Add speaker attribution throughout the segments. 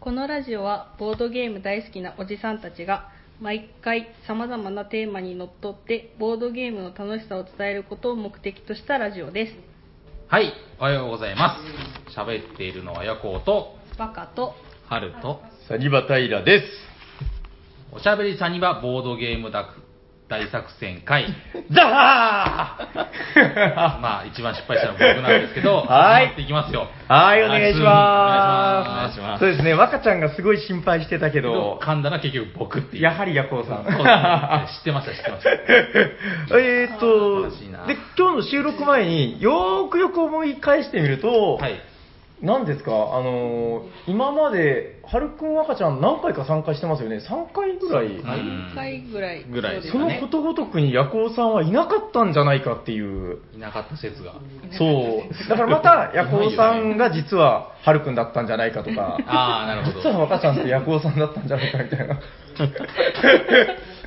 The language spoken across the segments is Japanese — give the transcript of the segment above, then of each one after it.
Speaker 1: このラジオはボードゲーム大好きなおじさんたちが毎回さまざまなテーマにのっとってボードゲームの楽しさを伝えることを目的としたラジオです
Speaker 2: はい、おはようございます。喋っているのはヤコウと、
Speaker 1: バカと
Speaker 2: ハルと、
Speaker 3: サニバタイラです。
Speaker 2: おしゃべりさんにはボードゲームダク大作戦 会。
Speaker 3: ザワ
Speaker 2: まあ、一番失敗したのは僕なんですけど、
Speaker 3: はい
Speaker 2: 頑張っていきますよ。
Speaker 3: ーはい、お願いし
Speaker 2: は
Speaker 3: ま
Speaker 2: い
Speaker 3: す。
Speaker 2: お願いします
Speaker 3: そうですね、若ちゃんがすごい心配してたけ
Speaker 2: けど
Speaker 3: ど、、
Speaker 2: 噛んだら結局僕っていう。
Speaker 3: やはりヤコウさん。
Speaker 2: そうですね知ってました、知ってました。
Speaker 3: えーっと
Speaker 2: 悲しいな、
Speaker 3: で、今日の収録前によーくよく思い返してみると、
Speaker 2: はい。
Speaker 3: 何ですか、あのー、今まで、はるくん若ちゃん何回か参加してますよね。3回ぐらい。
Speaker 2: はい
Speaker 1: 3回ぐらい
Speaker 2: ぐらい
Speaker 1: そうです
Speaker 3: そのことごとくにヤコウさんはいなかったんじゃないかっていう。
Speaker 2: いなかった説が。
Speaker 3: そう。だからま た、ヤコウさんが実は、ハルくんだったんじゃないかと か、
Speaker 2: ああ、なるほ
Speaker 3: 実は
Speaker 2: ど。
Speaker 3: 若ちゃんってヤコウさんだったんじゃないかみた いな。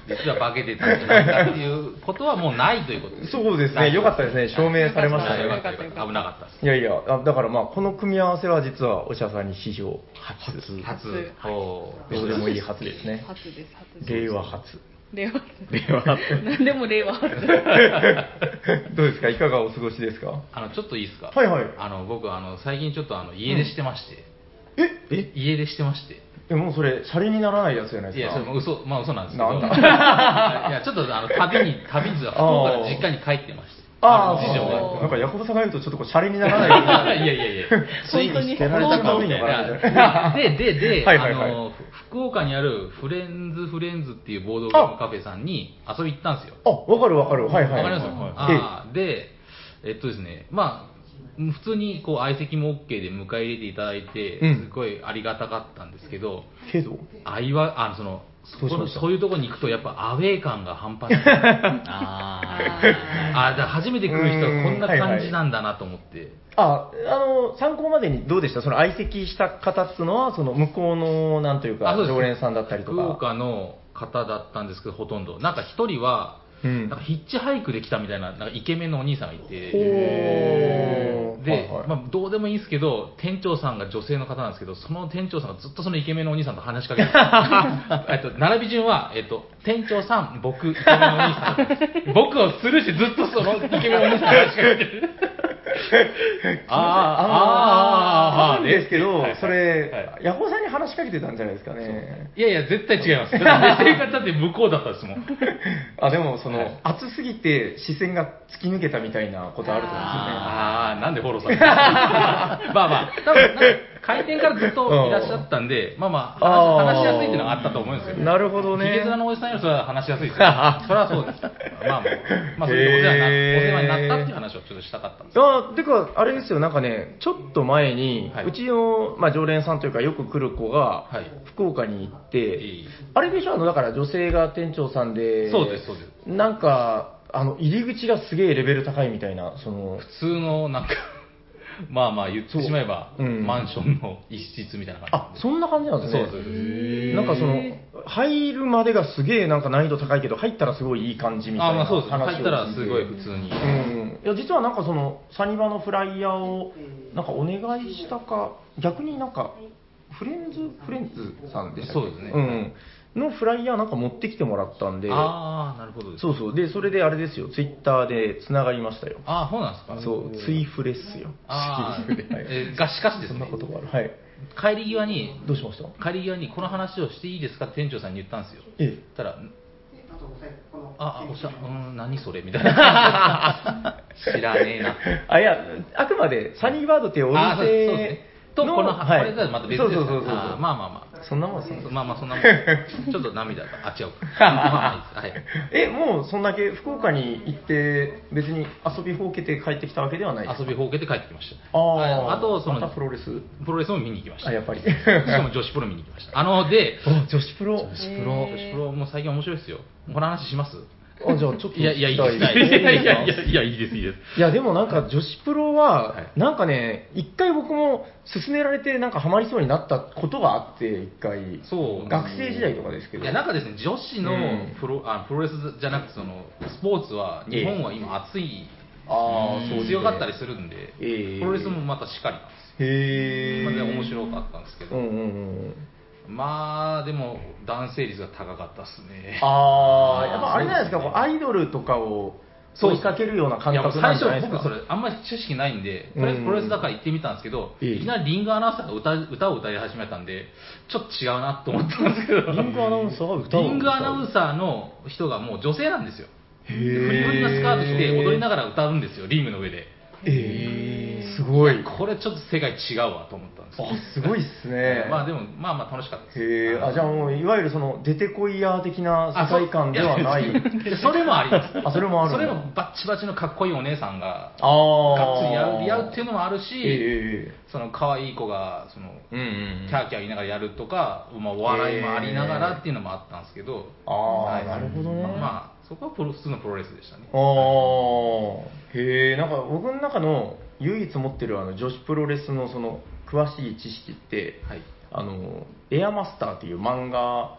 Speaker 2: 実は化けてたんじゃないかっていうことはもうないということです。
Speaker 3: そうですね、よかったですね、証明されました
Speaker 2: あよか
Speaker 3: ね
Speaker 2: っ。た、よかった。危なかったです。
Speaker 3: いやいや、あだからまあ、この組み合わせは実は、お医者さんに史上初です。
Speaker 2: 初。おー
Speaker 3: どうでもいい初ですね。
Speaker 1: 初です初です
Speaker 3: 令和初。
Speaker 1: 令和
Speaker 3: 令和初。
Speaker 1: 何でも令和初
Speaker 3: どうですかいかがお過ごしですか
Speaker 2: あの、ちょっといいですか
Speaker 3: はいはい
Speaker 2: あの、僕、あの、最近ちょっと、あの、家出してまして。
Speaker 3: ええ
Speaker 2: 家出してまして。
Speaker 3: でもうそれ、シャレにならないやつじゃない
Speaker 2: い
Speaker 3: です
Speaker 2: や、
Speaker 3: か。
Speaker 2: それもう嘘、まあ嘘なんですけど。
Speaker 3: なんだ
Speaker 2: いや、ちょっと、あの、旅に、旅に、福岡の実家に帰ってまして。
Speaker 3: ああ、
Speaker 2: の
Speaker 3: そ
Speaker 2: 次女
Speaker 1: そう
Speaker 3: う
Speaker 2: が。
Speaker 3: なんか、ヤコブさんが言うと、ちょっとこう、シャレにならない
Speaker 2: いやいやいや。
Speaker 3: つ いに捨てられたかみたいな。
Speaker 2: で、で、で、
Speaker 3: はいはいは
Speaker 2: あ
Speaker 3: い
Speaker 2: の、福岡にあるフレンズフレンズっていうボードゲームカフェさんに遊び行ったんですよ。
Speaker 3: あ、わかるわかる。はいはい。
Speaker 2: わかりますよ、
Speaker 3: は
Speaker 2: あーで、えっとですね、まあ、普通にこう相席も OK で迎え入れていただいて、
Speaker 3: うん
Speaker 2: すごいありがたかったんですけど、
Speaker 3: い。けど、
Speaker 2: 愛は、あのそのそこ
Speaker 3: どうし
Speaker 2: の
Speaker 3: ました
Speaker 2: そういうとこに行くと、やっぱアウェー感が半 端ない。あーあー、だから初めて来る人はこんな感じなんだなと思って、
Speaker 3: あ、あの、参考までにどうでしたその相席した方っていうのは、その向こうの、なんというか、
Speaker 2: あそうです
Speaker 3: 常連さんだったりと
Speaker 2: 福
Speaker 3: か。
Speaker 2: 岡の方だったんですけど、ほとんど、なんか一人は、
Speaker 3: うん
Speaker 2: なんか。ヒッチハイクで来たみたいな、なんかイケメンのお兄さんがいて。
Speaker 3: ほー
Speaker 2: で、
Speaker 3: はいはい
Speaker 2: まあ、どうでもいいんですけど、店長さんが女性の方なんですけど、その店長さんがずっとそのイケメンのお兄さんと話しかけてたえっと、並び順は、えっと、店長さん、僕、イケメンのお兄さん、僕をするし、ずっとそのイケメンのお兄さんと話しかけてる。ああ、ああ、ああ、あ
Speaker 3: あ
Speaker 2: あ、
Speaker 3: るんですけど
Speaker 2: はいはい、
Speaker 3: それ
Speaker 2: はい、
Speaker 3: ヤホーさんに話しかけてたんじゃないですかね。
Speaker 2: いやいや、絶対違います。だって目線がだって向こうだったですもん。
Speaker 3: あ、でも、そ
Speaker 2: は
Speaker 3: の
Speaker 2: い、
Speaker 3: 熱すぎて視線が突き抜けたみたいなことあると思うんですよね。
Speaker 2: ああ、なんでフォローされてるまあまあ、多分なんか開店からずっといらっしゃったんで、まあまあ、話話しやすいっていうのがあったと思うんですよ。
Speaker 3: なるほどね。
Speaker 2: ヒゲ面のおじさんよりそれは話しやすいですよ。それはそうです。まあまあ、まあ、そういうお世話にな
Speaker 3: へ
Speaker 2: お世話に
Speaker 3: ー
Speaker 2: なったっていう話をちょっとしたかったんです。
Speaker 3: あてか、あれですよ、なんかね、ちょっと前に、
Speaker 2: はいう
Speaker 3: ちの、まあ、常連さんというか、よく来る子が、
Speaker 2: はい
Speaker 3: 福岡に行って、
Speaker 2: いい
Speaker 3: あれでしょ、あのだから女性が店長さんで、
Speaker 2: そうですそうで
Speaker 3: なんか、あの入り口がすげえレベル高いみたいな、その、
Speaker 2: 普通の、なんか、まあまあ言ってしまえば、
Speaker 3: そううん
Speaker 2: マンションの一室みたいな感
Speaker 3: あ
Speaker 2: じで。
Speaker 3: そんな感じなんですね。
Speaker 2: そうです。
Speaker 3: なんかその、入るまでがすげえなんか難易度高いけど、入ったらすごいいい感じみた
Speaker 2: あ
Speaker 3: い
Speaker 2: ま
Speaker 3: な
Speaker 2: あそうです。
Speaker 3: 話を聞い
Speaker 2: 入
Speaker 3: て
Speaker 2: ったらすごい普通に。
Speaker 3: うん、いや実はなんかそのサニバのフライヤーをなんかお願いしたか逆になんかフレンズフレンズさんでしたっ
Speaker 2: そ
Speaker 3: け
Speaker 2: うですね
Speaker 3: うん、のフライヤーなんか持ってきてもらったんで
Speaker 2: ああ、なるほどです。
Speaker 3: そうそうでそれであれですよツイッターでつながりましたよ
Speaker 2: ああ、そうなんですか。
Speaker 3: そうツイフレっすよ
Speaker 2: ああ、
Speaker 3: はい
Speaker 2: えーがしかしです
Speaker 3: そんな
Speaker 2: ね、
Speaker 3: ことがあるはい
Speaker 2: 帰り際に、
Speaker 3: どうしました
Speaker 2: 帰り際にこの話をしていいですかって店長さんに言ったんですよ。
Speaker 3: え
Speaker 2: そしたら、んあ、あおっしゃ、うーん、何それみたい な。知らねえな。
Speaker 3: えあいやあくまでサニーバードっていうお
Speaker 2: あーそうですそうです
Speaker 3: 店
Speaker 2: ねと、こ
Speaker 3: の
Speaker 2: の、
Speaker 3: はい
Speaker 2: これとはまた別です
Speaker 3: そう
Speaker 2: ね
Speaker 3: そうそうそう
Speaker 2: あーまあまあまあ。
Speaker 3: そんなもんですね
Speaker 2: まあまあそんな もんです。ちょっと涙が、あ、違うか。まあまあいいです
Speaker 3: えもうそんだけ福岡に行って別に遊びほうけて帰ってきたわけではない
Speaker 2: はい。遊びほうけて帰ってきました。
Speaker 3: あ
Speaker 2: はい
Speaker 3: あ
Speaker 2: あと、その、
Speaker 3: またプロレス
Speaker 2: プロレスも見に行きました。
Speaker 3: あやっぱ り
Speaker 2: しかも女子プロ見に行きました。あの、で、
Speaker 3: あ女子プロ
Speaker 2: 女子プロ、女子プロ、もう最近面白いですよ。この話します
Speaker 3: あじゃあちょっと聞きた
Speaker 2: いやいや、いいです。い
Speaker 3: い
Speaker 2: やいやいやいやいや、いいです、いいです。
Speaker 3: いやでもなんか女子プロは
Speaker 2: はい
Speaker 3: なんかね一回僕も勧められてなんかハマりそうになったことがあって一回
Speaker 2: そう
Speaker 3: 学生時代とかですけど
Speaker 2: いや、なんかですね、女子
Speaker 3: うん
Speaker 2: のプロ、あプロレスじゃなくて、その、スポーツは、日本は今熱い、
Speaker 3: ああそうですね
Speaker 2: 強かったりするんで、
Speaker 3: ええ
Speaker 2: プロレスもまたしかりなんですよ。
Speaker 3: へえ。
Speaker 2: まあ、で面白かったんですけ
Speaker 3: う
Speaker 2: ど、
Speaker 3: んうんうん。
Speaker 2: まあでも男性率が高かったですね
Speaker 3: ああ、やっぱあ
Speaker 2: そうですね
Speaker 3: れじゃないですか、こうアイドルとかを追いかけるような感
Speaker 2: いやもう
Speaker 3: 覚な
Speaker 2: 最
Speaker 3: んじ
Speaker 2: 初
Speaker 3: ゃないですか。
Speaker 2: 僕それあんまり知識ないんでとりあえずプロレスだから行ってみたんですけど、
Speaker 3: うん
Speaker 2: いきなりリングアナウンサーが歌歌を歌い始めたんでちょっと違うなと思ったんですけど
Speaker 4: リングアナウンサーが歌を歌う
Speaker 2: リングアナウンサーの人がもう女性なんですよ
Speaker 3: へ
Speaker 2: フリフリのスカート着て踊りな
Speaker 3: が
Speaker 2: がら歌うんですよリングの上で
Speaker 3: ら。えー、すごい。あ、
Speaker 2: これちょっと世界違うわと思ったんですよ
Speaker 3: すごいっすね。
Speaker 2: まあでもまあまあ楽しかったです
Speaker 3: へえ、あ、じゃあもう、いわゆるその、出てこいやー的な
Speaker 2: あ
Speaker 3: 世界観で はない。
Speaker 2: やそれもあります
Speaker 3: あそれもあるん
Speaker 2: そ
Speaker 3: だ
Speaker 2: れもバッチバチのかっこいいお姉さんが
Speaker 3: ああ。
Speaker 2: がっつりやるやるっていうのもあるし、
Speaker 3: え
Speaker 2: その可愛い子がその
Speaker 3: えうんうんうん。
Speaker 2: キャーキャー言いながらやるとか、まあ、お笑いもありながらっていうのもあったんですけど、
Speaker 3: あ
Speaker 2: は
Speaker 3: あ、
Speaker 2: い
Speaker 3: なるほどね。
Speaker 2: まあそこはプロ普通のプロレスでしたね
Speaker 3: ああ、へえ、なんか僕の中の唯一持ってるあの女子プロレスのその詳しい知識って、
Speaker 2: はい
Speaker 3: あの、エアマスターっていう漫画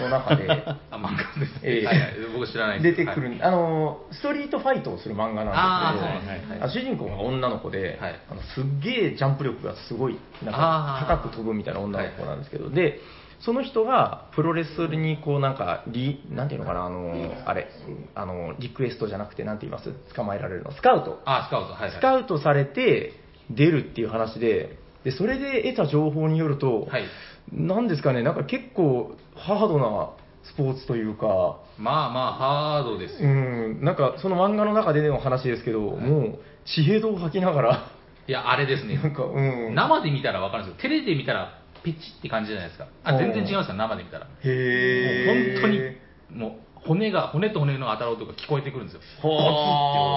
Speaker 3: の 中で
Speaker 2: あ漫画ですね、
Speaker 3: ええ
Speaker 2: はいはい僕知らないで
Speaker 3: 出
Speaker 2: す
Speaker 3: てくる、
Speaker 2: はい
Speaker 3: あの、ストリートファイトをする漫画なんですけど、
Speaker 2: あーそうですね
Speaker 3: あ主人公が女の子で、
Speaker 2: はい
Speaker 3: あのすっげえジャンプ力がすごいなん
Speaker 2: あ
Speaker 3: か
Speaker 2: ー
Speaker 3: 高く飛ぶみたいな女の子なんですけど、でその人がプロレスにこうなんかリなんていうのかなあのあれあのリクエストじゃなくてなんて言います捕まえられるのスカウト
Speaker 2: あスカウトはい、はい、
Speaker 3: スカウトされて出るっていう話ででそれで得た情報によると、
Speaker 2: はい
Speaker 3: なんですかねなんか結構ハードなスポーツというか
Speaker 2: まあまあハードです
Speaker 3: う
Speaker 2: よ
Speaker 3: ん、なんかその漫画の中での話ですけど、もう、地平道を吐きながら、
Speaker 2: いやあれですね
Speaker 3: なんか、うん、
Speaker 2: 生で見たら分かるんですけどテレビで見たらペチって感じじゃないですかあ全然違いますよ生で見たらも
Speaker 3: へ
Speaker 2: う本
Speaker 3: ー、
Speaker 2: 当にもう骨が骨と骨の当たろうとか聞こえてくるんですよ
Speaker 3: ほー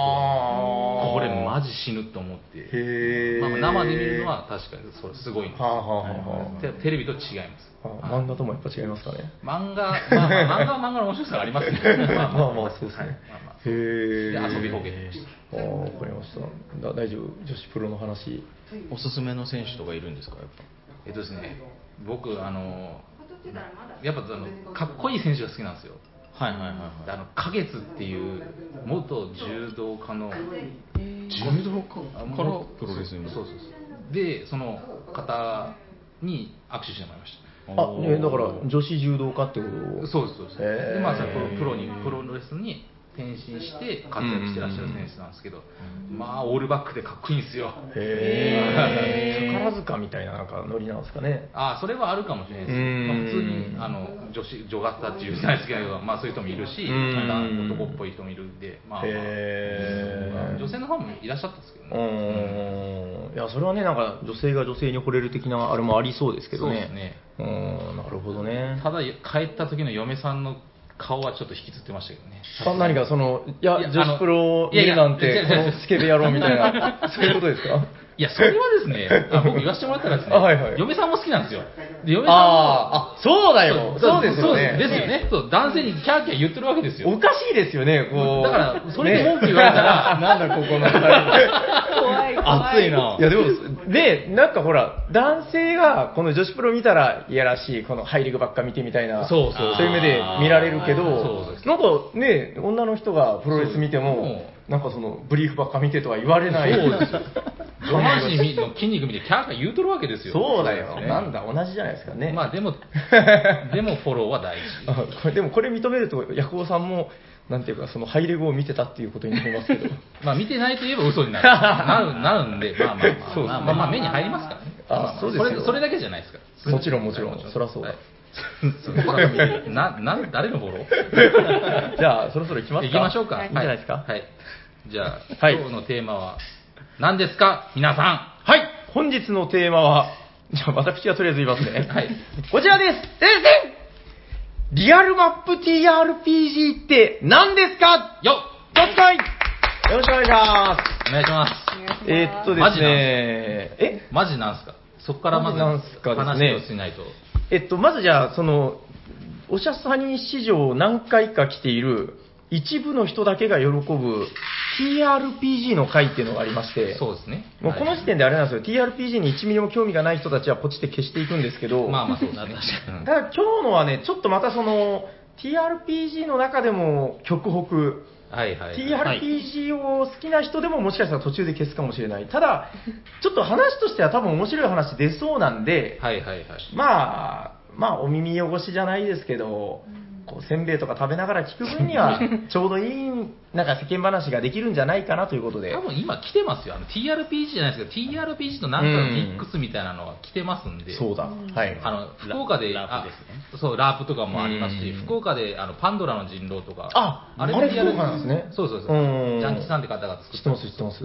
Speaker 2: ゴツって音がこれマジ死ぬと思って
Speaker 3: へー
Speaker 2: まあ、生で見るのは確かにそれすごいんです
Speaker 3: はあ、はあはあは
Speaker 2: テテレビと違います
Speaker 3: あ、あ漫画ともやっぱ違いますかね。
Speaker 2: 漫画、まあまあ、漫画は漫画の面白さがありますねま
Speaker 3: まあまあ、そうです
Speaker 2: はい
Speaker 3: ね
Speaker 2: まあまあ。
Speaker 3: へー
Speaker 2: で遊びほうけてまし
Speaker 3: ああ、わかりました。だ大丈夫、女子プロの話。
Speaker 4: おすすめの選手とかいるんですかやっ
Speaker 2: えっとですね僕あのやっぱあのかっこいい選手が好きなんですよ
Speaker 4: ぱはいはいはい
Speaker 2: あの花月っていう元柔道家の
Speaker 4: 柔道家
Speaker 2: あ
Speaker 4: から
Speaker 2: もう
Speaker 4: プロレスに
Speaker 2: そうそうそうでその方に握手してもらいまし
Speaker 3: あ、ね、だから、女子柔道家ってこと
Speaker 2: た
Speaker 3: を。
Speaker 2: そうですそうです、
Speaker 3: へー
Speaker 2: でまあそれプロプロにプロレスに転身して活躍してらっしゃる選手なんですけど、まあオールバックでかっこいいんですよ
Speaker 3: へえ。宝塚みたいな、なんかノリなんですかね。
Speaker 2: あそれはあるかもしれないです、
Speaker 3: うん
Speaker 2: まあ、普通にあの女子女型っていうじゃないですけど、まあ、そういう人もいるし、
Speaker 3: うん
Speaker 2: まあ男っぽい人もいるんで、まあまあ
Speaker 3: へー
Speaker 2: 女性の方もいらっしゃったんですけどね、
Speaker 3: うんいやそれはねなんか女性が女性に惚れる的なあれもありそうですけど
Speaker 2: そう
Speaker 3: ね
Speaker 2: ですね
Speaker 3: うんなるほどね
Speaker 2: ただ帰った時の嫁さんの顔はちょっと引きずってましたけどね
Speaker 3: あ何かそのいや
Speaker 2: いや
Speaker 3: 女
Speaker 2: あの
Speaker 3: 子プロ見るなん
Speaker 2: いや
Speaker 3: て
Speaker 2: い
Speaker 3: こ
Speaker 2: や違う違う
Speaker 3: のスケベ野郎みた いなそういうことですか
Speaker 2: いやそれはです ねあ僕言わせてもらったらですね、
Speaker 3: あはいはい
Speaker 2: 嫁さんも好きなんですよで嫁さんも
Speaker 3: あーあそうだよそうですよね
Speaker 2: ですよねそう男性にキャーキャー言ってるわけですよ
Speaker 3: おかしいですよねこう
Speaker 2: だからそれで文句言われたら
Speaker 3: なんだここの2人
Speaker 1: 怖い怖
Speaker 4: 熱いない
Speaker 3: やでも、で、なんかほら、男性がこの女子プロ見たら、いやらしい、このハイリグばっか見てみたいな、
Speaker 2: そうそう
Speaker 3: いう目で見られるけ
Speaker 2: そう
Speaker 3: ど
Speaker 2: で、す
Speaker 3: なんかね、女の人がプロレス見ても、なんかその、ブリーフばっか見てとは言われない。
Speaker 2: そうですよ上半身の筋肉見てキャーキャー言うとるわけですよ
Speaker 3: そうだよ、
Speaker 2: そうですね
Speaker 3: なんだ、同じじゃないですかね。
Speaker 2: まあで もでもフォローは大事
Speaker 3: あこれでもこれ認めると、ヤコウさんも、なんていうか、そのハイレグを見てたっていうことになりますけ ど。
Speaker 2: まあ見てないといえば嘘になるな るなるんでまあまあまあ
Speaker 3: そうですね
Speaker 2: まあまあまあ目に入りますからね
Speaker 3: あ
Speaker 2: まま
Speaker 3: そうですよ
Speaker 2: それそれだけじゃないですから
Speaker 3: もちろんもちろんそらそうだ
Speaker 2: はいそう ななん誰のフォロー
Speaker 3: じゃあ、そろそろ行きますか。
Speaker 2: 行きましょうか
Speaker 1: はい
Speaker 3: いいんじゃないですか。
Speaker 2: はいじゃあ
Speaker 3: はい
Speaker 2: 今日のテーマは何ですか皆さ
Speaker 3: はい、本日のテーマは、 じゃあ私がとりあえず言いますね。
Speaker 2: はい
Speaker 3: こちらです。ええリアルマップ TRPG って何ですか
Speaker 2: んよ
Speaker 3: どっかいよろしくお願いします。
Speaker 2: っお願いします
Speaker 3: えーっとですね、え
Speaker 2: マジなんすかそこからまず
Speaker 3: マジなんすかですね
Speaker 2: 話をしないと
Speaker 3: えっと、まずじゃあ、その、おしゃさに史上何回か来ている、一部の人だけが喜ぶ TRPG の回っていうのがありまして、
Speaker 2: そうですね
Speaker 3: もうこの時点であれなんですよ、TRPG に1ミリも興味がない人たちはポチって消していくんですけど、
Speaker 2: まあまあそうです ね確
Speaker 3: ただ今日のはね、ちょっとまたその、TRPG の中でも極北、
Speaker 4: はいはい。
Speaker 3: TRPG を好きな人でももしかしたら途中で消すかもしれない。ただ、ちょっと話としては多分面白い話出そうなんで、
Speaker 4: はいはいはい。
Speaker 3: まあ、まあ、お耳汚しじゃないですけど、こうせんべいとか食べながら聞く分に は、ちょうどいい、なんか世間話ができるんじゃないかなということで
Speaker 4: 多、分今来てますよ。あの TRPG じゃないですけど、TRPG となんかのミックスみたいなのが来てますんで。
Speaker 3: そうだ、
Speaker 1: うん
Speaker 3: はい。
Speaker 4: あの福岡で
Speaker 2: ララー
Speaker 4: あ
Speaker 2: プですね
Speaker 4: そうラープとかもありますし、
Speaker 3: うん
Speaker 4: 福岡であのパンドラの人狼とか、
Speaker 3: あ
Speaker 4: も
Speaker 3: あれ
Speaker 4: TRPG
Speaker 3: 福岡なんですね
Speaker 4: そうそうそう、
Speaker 3: うん
Speaker 4: ジャンキさんって方が作
Speaker 3: 知
Speaker 4: っ
Speaker 3: って
Speaker 4: た
Speaker 3: ま、す、知ってます。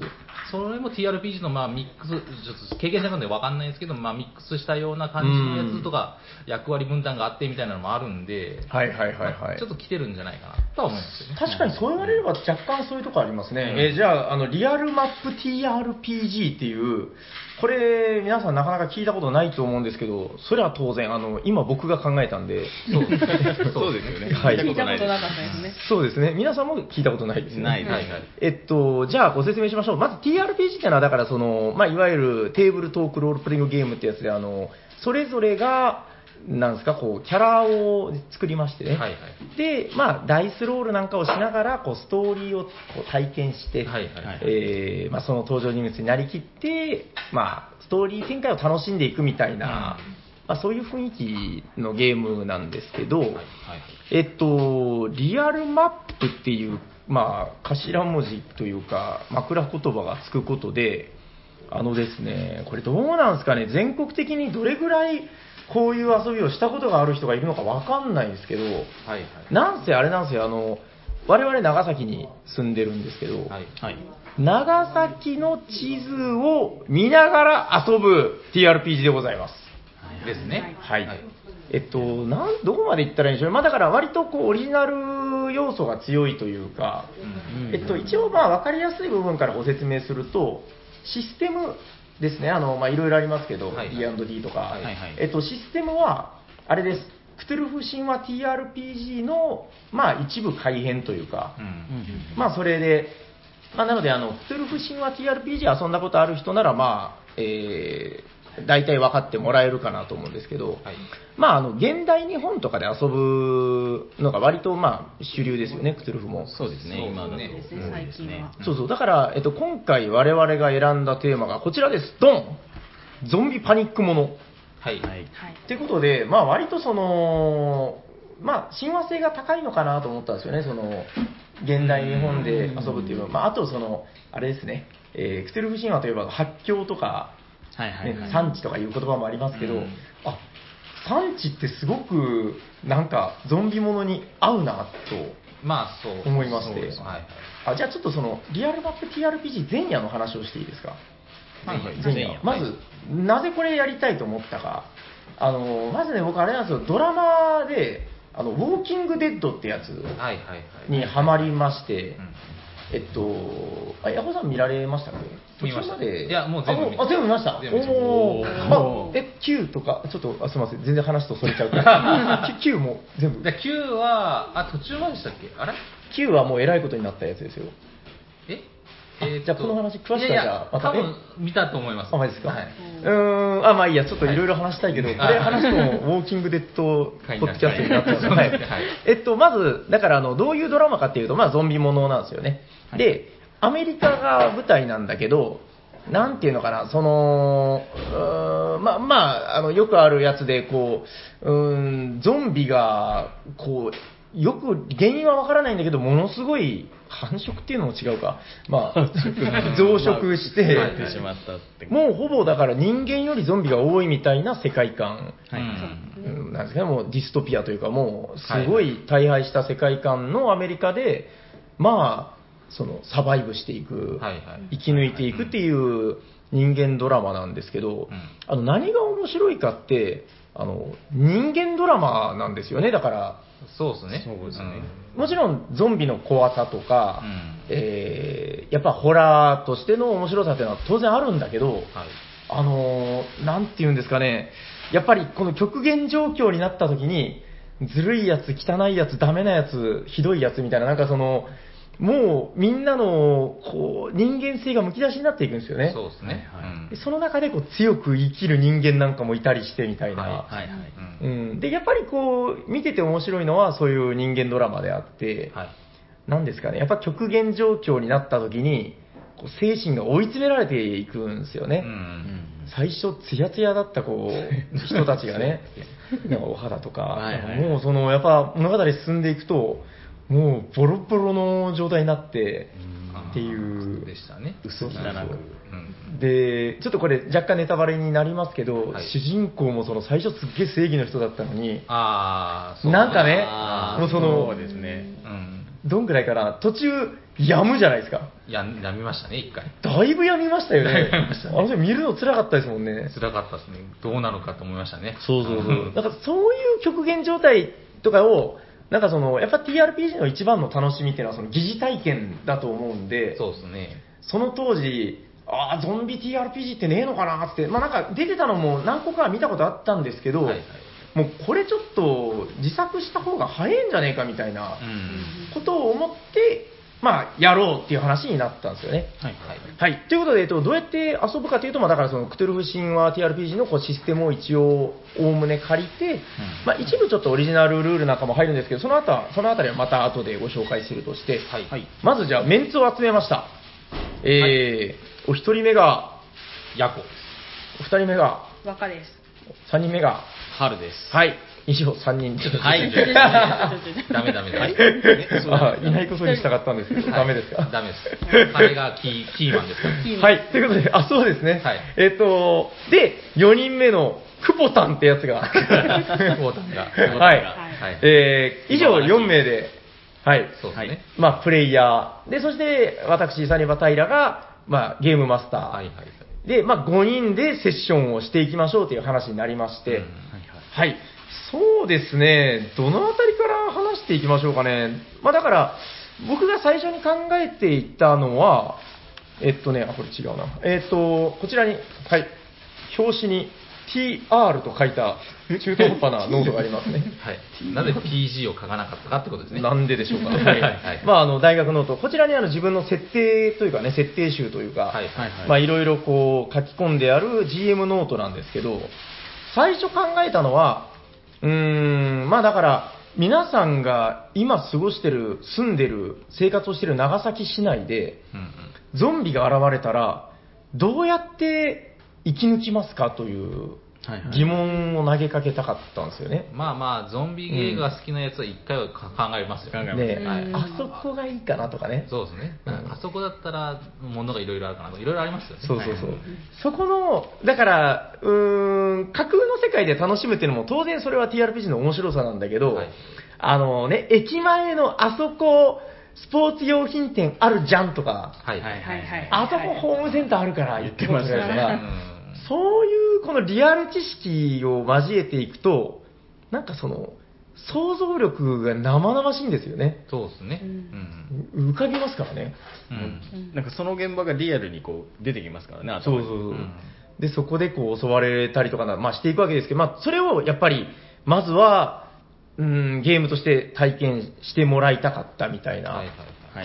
Speaker 4: それも TRPG のまあミックス、ちょっと経験者なんでわかんないですけど、まあミックスしたような感じのやつとか、役割分担があってみたいなのもあるんで、
Speaker 3: はいはいはいはい。
Speaker 4: ちょっと来てるんじゃないかなとは思うんですよね。
Speaker 3: 確かにそう言われれば若干そういうとこありますね、
Speaker 4: うん
Speaker 3: えーじゃああのリアルマップ TRPG っていうこれ皆さんなかなか聞いたことないと思うんですけどそれは当然あの今僕が考えたんで
Speaker 4: そうですね。
Speaker 2: そうですよね。
Speaker 3: はい
Speaker 1: 聞いた
Speaker 2: な
Speaker 1: こ
Speaker 2: い
Speaker 1: と
Speaker 2: で
Speaker 1: なかったですね。
Speaker 3: そうですね皆さんも聞いたことないです
Speaker 2: す
Speaker 3: よね
Speaker 2: ないです
Speaker 4: はいはい
Speaker 3: えっと、じゃあご説明しましょう。まず TRPG ってのは、だからその、まあ、いわゆるテーブルトークロールプレイングゲームってやつで、あの、それぞれが、なんですか、こう、キャラを作りましてね。
Speaker 4: はいはい
Speaker 3: で、まあ、ダイスロールなんかをしながら、こう、ストーリーをこう体験して、
Speaker 4: はいはいはい
Speaker 3: えーまあ、その登場人物になりきって、まあ、ストーリー展開を楽しんでいくみたいな、まあ、そういう雰囲気のゲームなんですけど、
Speaker 4: はいはい
Speaker 3: えっと、リアルマップっていう、まあ、頭文字というか、枕言葉がつくことで、あのですね、これどうなんですかね、全国的にどれぐらいこういう遊びをしたことがある人がいるのかわかんないんですけど、
Speaker 4: はいはい
Speaker 3: なんせあれなんですよ、あの、我々長崎に住んでるんですけど、
Speaker 4: はい
Speaker 2: はい。
Speaker 3: 長崎の地図を見ながら遊ぶ TRPG でございます。
Speaker 4: ですね。
Speaker 3: はい。えっと、なんどこまで行ったらいいんでしょうね、まあ、だから割とこうオリジナル要素が強いというか、
Speaker 4: うん
Speaker 3: えっと、一応まあ分かりやすい部分からご説明すると、システムですね、あのまあいろいろありますけど、
Speaker 4: はい
Speaker 3: D&D とか、
Speaker 4: は
Speaker 2: は
Speaker 4: い
Speaker 2: いはい
Speaker 3: えっと、システムは、あれです、クトゥルフ神話 TRPG の、まあ、一部改編というか、
Speaker 4: うん
Speaker 3: まあそれで、まあ、なのであの、クトゥルフ神話 TRPG 遊んだことある人なら、まあ、えー、大体分かってもらえるかなと思うんですけど、
Speaker 4: はい
Speaker 3: まあ、あの現代日本とかで遊ぶのが割とまあ主流ですよね、クトゥルフも。
Speaker 2: そうですね、今だと。
Speaker 4: そうです
Speaker 1: ね最近は
Speaker 3: そうそう、だから、えっと、今回我々が選んだテーマがこちらです、ドンゾンビパニックもの。
Speaker 4: はい
Speaker 2: はい。
Speaker 1: はい。
Speaker 3: ということで、まあ、割とその、まあ、親和性が高いのかなと思ったんですよね、その現代日本で遊ぶっていうのは、まあ、あとその、あれですね、えークトゥルフ神話といえば発狂とか、
Speaker 2: はいはいは
Speaker 3: ね
Speaker 2: い。
Speaker 3: 産地とかいう言葉もありますけど、
Speaker 4: うん
Speaker 3: あ産地ってすごくなんかゾンビものに合うなと
Speaker 4: まあそう。
Speaker 3: 思いまして、
Speaker 4: そうですはい。
Speaker 3: あじゃあちょっとそのリアルマップ TRPG 前夜の話をしていいですか
Speaker 2: はいはい前
Speaker 3: 前夜
Speaker 2: 夜
Speaker 3: まず、
Speaker 2: は
Speaker 3: なぜこれやりたいと思ったかあのまずね僕あれなんですよドラマであの「ウォーキング・デッド」ってやつ
Speaker 4: はいはいはい。
Speaker 3: にハマりまして、
Speaker 4: うん
Speaker 3: えっと、あ、ヤコさん見られましたか
Speaker 4: 見ました
Speaker 3: 途中で
Speaker 4: いやもう全部見
Speaker 3: あ、あ全部見ました。
Speaker 4: 全部見ました
Speaker 3: おー
Speaker 2: おー
Speaker 3: あ、え、Q とか、ちょっと、あ、すみません、全然話とそれちゃうから。Q Q も全
Speaker 4: じ
Speaker 3: 部
Speaker 4: ゃ。あ9は、あ、途中までしたっけあれ
Speaker 3: Q はもう偉いことになったやつですよ。
Speaker 4: え
Speaker 3: あ
Speaker 4: えーっと
Speaker 3: じゃあこの話詳しくはい
Speaker 4: やい
Speaker 3: じゃ
Speaker 4: や
Speaker 3: あ、また
Speaker 4: 多分見たと思います。
Speaker 3: あ、マジですか。
Speaker 4: はい。
Speaker 3: うーん、あ、まあいいや、ちょっといろいろ話したいけど、
Speaker 4: うん
Speaker 3: これ話すと、ウォーキングデッ ド
Speaker 4: 会
Speaker 3: ポッド
Speaker 4: になっち
Speaker 3: キ
Speaker 4: ゃ
Speaker 3: ャ
Speaker 4: う
Speaker 3: ストになっちゃうので、
Speaker 4: そうですねはい
Speaker 3: えっと、まず、だから、あの、どういうドラマかっていうと、まあ、ゾンビものなんですよね。で、アメリカが舞台なんだけど、なんていうのかな、その、うーんまあ、まあ、あの、よくあるやつで、こう、うーん、ゾンビが、こう、よく、原因はわからないんだけど、ものすごい、繁殖っていうのも違うか。 まあ、 増殖して、
Speaker 2: まあ増えてしまったって。
Speaker 3: もうほぼだから人間よりゾンビが多いみたいな世界観、
Speaker 2: はい
Speaker 4: うん
Speaker 3: うんなんですかね、もうディストピアというか、もうすごい大敗した世界観のアメリカで、まあ、そのサバイブしていく、
Speaker 4: はいはい
Speaker 3: 生き抜いていくっていう人間ドラマなんですけど、
Speaker 4: うん
Speaker 3: あの何が面白いかって、あの人間ドラマなんですよね、だから、
Speaker 4: そうですね。
Speaker 2: そうですね
Speaker 3: もちろんゾンビの怖さとか、
Speaker 4: うん
Speaker 3: えーやっぱホラーとしての面白さっていうのは当然あるんだけど、
Speaker 4: うんはい。
Speaker 3: あのーなんて言うんですかね、やっぱりこの極限状況になった時に、ずるいやつ、汚いやつ、ダメなやつ、ひどいやつみたいな、なんかその、もうみんなのこう人間性がむき出しになっていくんですよね。
Speaker 4: そうですね。
Speaker 2: はいはい
Speaker 4: うん
Speaker 3: でその中でこう強く生きる人間なんかもいたりしてみたいな。
Speaker 2: はいはい。
Speaker 4: うん
Speaker 3: うん、でやっぱりこう見てて面白いのはそういう人間ドラマであって、
Speaker 4: はい。
Speaker 3: なんですかね、やっぱ極限状況になった時に、こう精神が追い詰められていくんですよね。
Speaker 2: うん
Speaker 3: 最初ツヤツヤだったこう人たちがねなんかお肌とか、
Speaker 4: はいはい
Speaker 3: もうそのやっぱ物語進んでいくともうボロボロの状態になってっていう
Speaker 2: でしたね。
Speaker 3: 嘘
Speaker 4: 汚く
Speaker 2: うん
Speaker 3: でちょっとこれ若干ネタバレになりますけど、
Speaker 2: はい
Speaker 3: 主人公もその最初すっげえ正義の人だったのに
Speaker 2: ああ、そう
Speaker 3: なんかね
Speaker 2: あー
Speaker 3: もうその
Speaker 4: そうですね。
Speaker 2: うん。
Speaker 3: どんぐらいかな途中やむじゃないですか
Speaker 2: や、やみましたね、一回。
Speaker 3: だいぶやみましたよね
Speaker 2: だいぶ病みましたね
Speaker 3: あの人見るの辛かったですもんね
Speaker 2: 辛かったですね。どうなのかと思いましたね。
Speaker 4: そうそうそ
Speaker 3: なんかそういう極限状態とかを、なんかその、やっぱ TRPG の一番の楽しみっていうのはその疑似体験だと思うんで、
Speaker 2: そうですね。
Speaker 3: その当時、ああ、ゾンビ TRPG ってねえのかなって、まあなんか出てたのも何個か見たことあったんですけど、
Speaker 2: はいはい
Speaker 3: もうこれちょっと自作した方が早いんじゃねえかみたいな
Speaker 2: うん。
Speaker 3: ことを思って、まあやろうっていう話になったんですよね。
Speaker 2: はいはい。
Speaker 3: はい、ということで、えっと、どうやって遊ぶかというと、まあ、だからそのクトゥルフ神話 TRPG のこうシステムを一応、おおむね借りて、まあ、一部ちょっとオリジナルルールなんかも入るんですけど、その後はそのあたりはまた後でご紹介するとして、
Speaker 2: はいはい
Speaker 3: まずじゃあ、メンツを集めました。えーお一人目が、
Speaker 2: ヤコです。
Speaker 3: お二人目が、
Speaker 1: バカです。
Speaker 3: 三人目が、
Speaker 4: 春です。
Speaker 3: はい、以上三人です。
Speaker 4: は い
Speaker 1: ちょちょちょちょちょ
Speaker 2: ダメダメダメ。
Speaker 3: あいないことにしたかったんですけど、ダメですか
Speaker 2: ダメです。あれがキー、キーマンですから。
Speaker 1: キーマン
Speaker 3: はい、ということで、あ、そうですね。
Speaker 2: はい
Speaker 3: えっ、と、で、4人目のクポタンってや つが。
Speaker 2: クボタンが
Speaker 3: はい。
Speaker 2: はい
Speaker 3: えー以上4名で、はい。
Speaker 2: そうですね。
Speaker 3: まあ、プレイヤー。で、そして、私、サニバタイラが、まあ、ゲームマスター。
Speaker 2: はいはいはい。
Speaker 3: で、まあ、5人でセッションをしていきましょうという話になりまして、
Speaker 2: うん
Speaker 3: はい。そうですね。どのあたりから話していきましょうかね。まあだから、僕が最初に考えていたのは、えっとね、あ、これ違うな。えっと、こちらに、はい。表紙に TR と書いた中途半 端なノートがありますね。
Speaker 2: はい。なぜ PG を書かなかったかってことですね。
Speaker 3: なんででしょうか。
Speaker 2: はいはい
Speaker 3: まあ、あの、大学ノート。こちらにあの自分の設定というかね、設定集というか、
Speaker 2: はい
Speaker 4: はい
Speaker 3: まあ、
Speaker 4: はい。
Speaker 3: いろいろこう書き込んである GM ノートなんですけど、最初考えたのは、うーん、まあだから、皆さんが今過ごしてる、住んでる、生活をしてる長崎市内で、
Speaker 2: うんうん
Speaker 3: ゾンビが現れたら、どうやって生き抜きますかという
Speaker 4: はいはい
Speaker 3: 疑問を投げかけたかったんですよね。
Speaker 2: まあまあ、ゾンビゲーが好きなやつは一回はか考えますよ。
Speaker 4: 考えます
Speaker 3: ねえ
Speaker 1: はい
Speaker 3: あそこがいいかなとかね。
Speaker 2: そうですね。
Speaker 3: うん
Speaker 2: あそこだったら、ものがいろいろあるかなとか、いろいろありますよね。
Speaker 3: そうそうそう
Speaker 2: はい。
Speaker 3: そこの、だから、うーん、架空の世界で楽しむっていうのも当然それは TRPG の面白さなんだけど、
Speaker 2: はい
Speaker 3: あのね、駅前のあそこ、スポーツ用品店あるじゃんとか、
Speaker 2: はい。
Speaker 4: はい
Speaker 1: はいはい。
Speaker 3: あそこホームセンターあるから言ってますと
Speaker 4: 言ってま
Speaker 2: う
Speaker 3: か、
Speaker 2: ん
Speaker 3: そういうこのリアル知識を交えていくと、なんかその、想像力が生々しいんですよね。
Speaker 2: そうですね。
Speaker 1: う
Speaker 2: うんん。
Speaker 3: 浮かびますからね。
Speaker 2: うん。
Speaker 1: うん
Speaker 4: なんかその現場がリアルにこう出てきますからね、
Speaker 3: そ
Speaker 4: 頭
Speaker 3: う
Speaker 4: に
Speaker 3: そうそう。
Speaker 2: うん
Speaker 3: で、そこでこう襲われたりとかな、まあしていくわけですけど、まあそれをやっぱり、まずは、うん、ゲームとして体験してもらいたかったみたいな。
Speaker 2: はいはい
Speaker 4: はい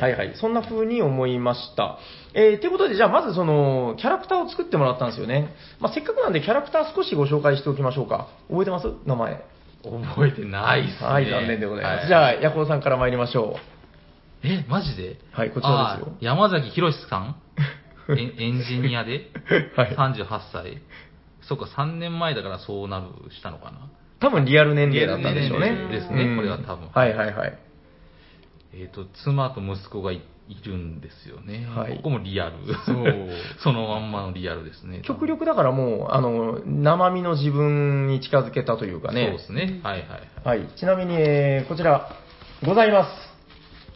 Speaker 3: はいはいそんな風に思いました。えー、ということで、じゃあまずその、キャラクターを作ってもらったんですよね。まあせっかくなんでキャラクター少しご紹介しておきましょうか。覚えてます名前。
Speaker 2: 覚えてないっすね。
Speaker 3: はい、残念でございます。
Speaker 2: は
Speaker 3: じゃあ、ヤコウさんから参りましょ
Speaker 2: え、マジで
Speaker 3: はいこちらですよ
Speaker 2: あー山崎博さ んえエンジニアで
Speaker 3: はい
Speaker 2: 38歳。そっか、3年前だからそうなる、したのかな。
Speaker 3: う。多分リアル年齢だったんでしょうね
Speaker 2: リアル。年齢ですねこれは多分
Speaker 3: はいはいはい。
Speaker 2: えっ、と、妻と息子がいいるんですよね。
Speaker 3: はい
Speaker 2: ここもリアル。
Speaker 4: そう
Speaker 2: そのまんまのリアルですね。
Speaker 3: 極力だからもう、あの、生身の自分に近づけたというかね。
Speaker 2: そうですね。はいはいはい。
Speaker 3: はい。ちなみに、えーこちら、ございま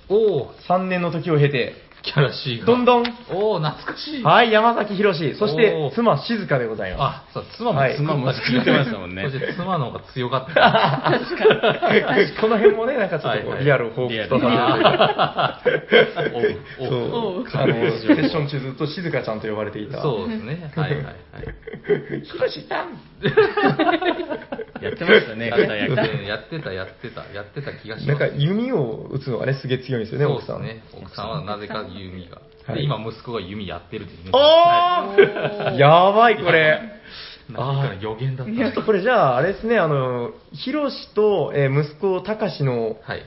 Speaker 2: おお
Speaker 3: す。3年の時を経て、
Speaker 2: キャラ C が。
Speaker 3: どんどん。
Speaker 2: おお懐かしい。
Speaker 3: はい、山崎宏。そし
Speaker 2: お
Speaker 3: て
Speaker 2: ー、
Speaker 3: 妻、静香でございま
Speaker 2: あ、そう、妻も
Speaker 3: はい
Speaker 2: 妻も
Speaker 4: 妻も作ってましたもんね
Speaker 2: そして妻の方が強かった。
Speaker 3: す。この辺もね、なんかちょっとこ、
Speaker 2: はいうはい
Speaker 3: リアルを報
Speaker 4: リア
Speaker 3: 告
Speaker 4: ル
Speaker 3: とか
Speaker 2: おう
Speaker 3: そう
Speaker 2: おう
Speaker 1: おう
Speaker 3: あの、セッション中ずっと静香ちゃんと呼ばれていた。
Speaker 2: そうですね。はいはいはい。
Speaker 3: 宏さん
Speaker 4: やってましたね、片
Speaker 2: や
Speaker 4: 役
Speaker 2: ってた、やってた、やってた、やってた気がし
Speaker 3: なん
Speaker 2: ま
Speaker 3: か
Speaker 2: す。
Speaker 3: 弓を打つのがね、すげえ強いんですよね、
Speaker 2: そうで
Speaker 3: 奥さ
Speaker 2: す
Speaker 3: ん。
Speaker 2: ね。奥さんはなぜか弓が。
Speaker 3: はい
Speaker 2: で今息子が弓やってるっていうね。
Speaker 3: お
Speaker 1: は
Speaker 3: ー
Speaker 1: い
Speaker 3: やばい、これ。
Speaker 2: なんか予言だった。
Speaker 3: ちょっとこれじゃあ、あれですね、あの、ヒロシと、えー息子、タカシの
Speaker 2: はい。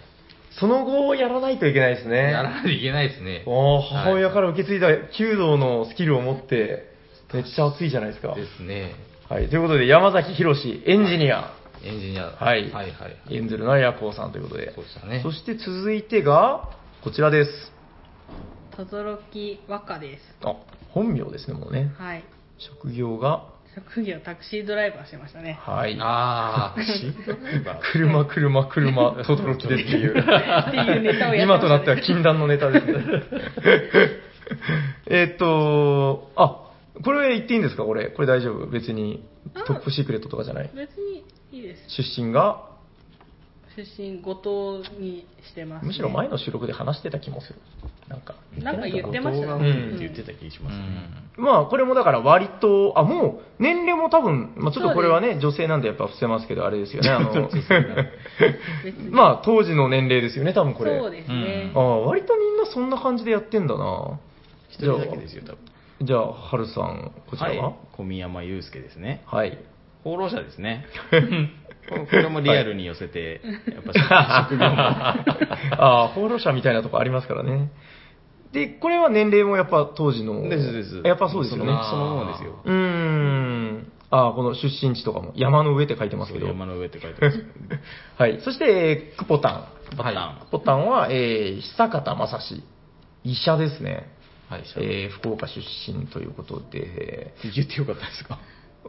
Speaker 3: その後をやらないといけないですね。
Speaker 4: やらないといけないですね。
Speaker 3: おー母親から受け継いだ弓道のスキルを持って、めっちゃ熱いじゃないですか。
Speaker 4: ですね。
Speaker 3: はい、ということで、山崎博士、エンジニア、
Speaker 4: エンジニア。
Speaker 3: はい
Speaker 4: はいはい。
Speaker 3: エンゼルのヤコウさんということで。
Speaker 4: そうでしたね。
Speaker 3: そして続いてが、こちらです。
Speaker 1: とぞろき和歌で
Speaker 3: あ、本名ですね、もうね
Speaker 1: す。。はい。
Speaker 3: 職業が、
Speaker 1: 職業タクシードライバーしてましたね。
Speaker 3: はい。
Speaker 4: ああ、
Speaker 3: 車、車、車、とどろきですっていう。
Speaker 1: っていうネタをやってましたね
Speaker 3: 今となっては禁断のネタですね。 えっと、あ、これ言っていいんですかこれ。これ大丈夫別に
Speaker 1: あ、
Speaker 3: トップシークレットとかじゃない。
Speaker 1: 別にいいです。
Speaker 3: 出身が、
Speaker 1: 出身後藤にしてます、ね。
Speaker 3: むしろ前の収録で話してた気もする。なんか。
Speaker 1: なんか言ってました
Speaker 3: う
Speaker 1: ね。
Speaker 3: ん
Speaker 2: って言ってた気がし
Speaker 4: う
Speaker 2: ますね。
Speaker 4: ん。
Speaker 3: まあ、これもだから割と、あ、もう、年齢も多分、まあちょっとこれはね、女性なんでやっぱ伏せますけど、あれですよね、あの、
Speaker 1: 別に
Speaker 3: まあ当時の年齢ですよね、多分これ。
Speaker 1: そうですね
Speaker 3: あ。あ、割とみんなそんな感じでやってんだな。
Speaker 2: 一人だけですよ、多分。
Speaker 3: じゃあ、はるさん、こちらは
Speaker 2: はい小宮山祐介ですね。
Speaker 3: はい。
Speaker 2: 放浪者です ね。これこれもリアルに寄せて、やっぱ職業も。
Speaker 3: ああ、放浪者みたいなとこありますからね。で、これは年齢もやっぱ当時の。
Speaker 2: ですです。
Speaker 3: やっぱそうですよね
Speaker 2: そ。のそのままですよ。
Speaker 3: うーん。ああ、この出身地とかも、山の上って書いてますけど。
Speaker 2: 山の上って書いてます。
Speaker 3: はい。そして、えークポタン。
Speaker 2: パターン。
Speaker 3: クポタンは、えー、久方正史。医者ですね。
Speaker 4: はい、じゃあ
Speaker 3: えー、福岡出身ということで、
Speaker 2: 言ってよかったですか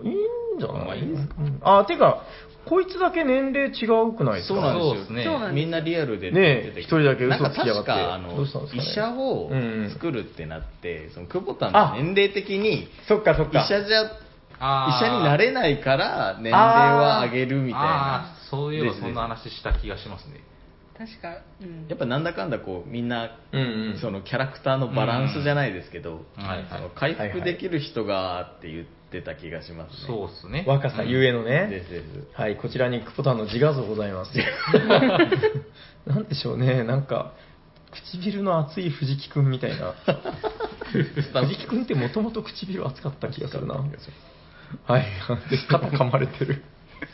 Speaker 3: いいんじゃ
Speaker 2: ま
Speaker 3: な
Speaker 2: あ
Speaker 3: い
Speaker 2: いいですか
Speaker 3: うんあ、てか、こいつだけ年齢違うくないですか
Speaker 2: そうなんですよ
Speaker 4: そうですね
Speaker 1: そうなんです
Speaker 2: みんなリアルで
Speaker 3: ねえ
Speaker 2: 出てきて
Speaker 3: 一人だけ嘘つきやが
Speaker 2: なんか確
Speaker 3: って
Speaker 2: かあの
Speaker 3: どうしたんですかね
Speaker 2: 医者を
Speaker 3: うん
Speaker 2: 作るってなって、その久保田
Speaker 3: あ
Speaker 2: の年齢的に
Speaker 3: そっかそっ
Speaker 2: 医者じゃ
Speaker 4: あー
Speaker 2: 医者になれないから年齢は上げるみたい
Speaker 4: あ
Speaker 2: な
Speaker 4: あ、そういえばそんな
Speaker 2: です
Speaker 4: 話した気がしますね。
Speaker 1: 確か、うん
Speaker 2: ですやっぱなんだかんだこうみんな、
Speaker 3: うんうん
Speaker 2: そのキャラクターのバランスじゃないですけど、
Speaker 4: うんはいはい
Speaker 2: その回復できる人がって言ってた気がしますね、
Speaker 4: そうですね。
Speaker 3: 若さゆえのね。
Speaker 2: ですです
Speaker 3: はい、こちらにクポタンの自画像ござい ます。なんでしょうね、なんか、唇の厚い藤木くんみたい な。藤木くんってもともと唇厚かった気がするな。はい、 肩噛まれてる。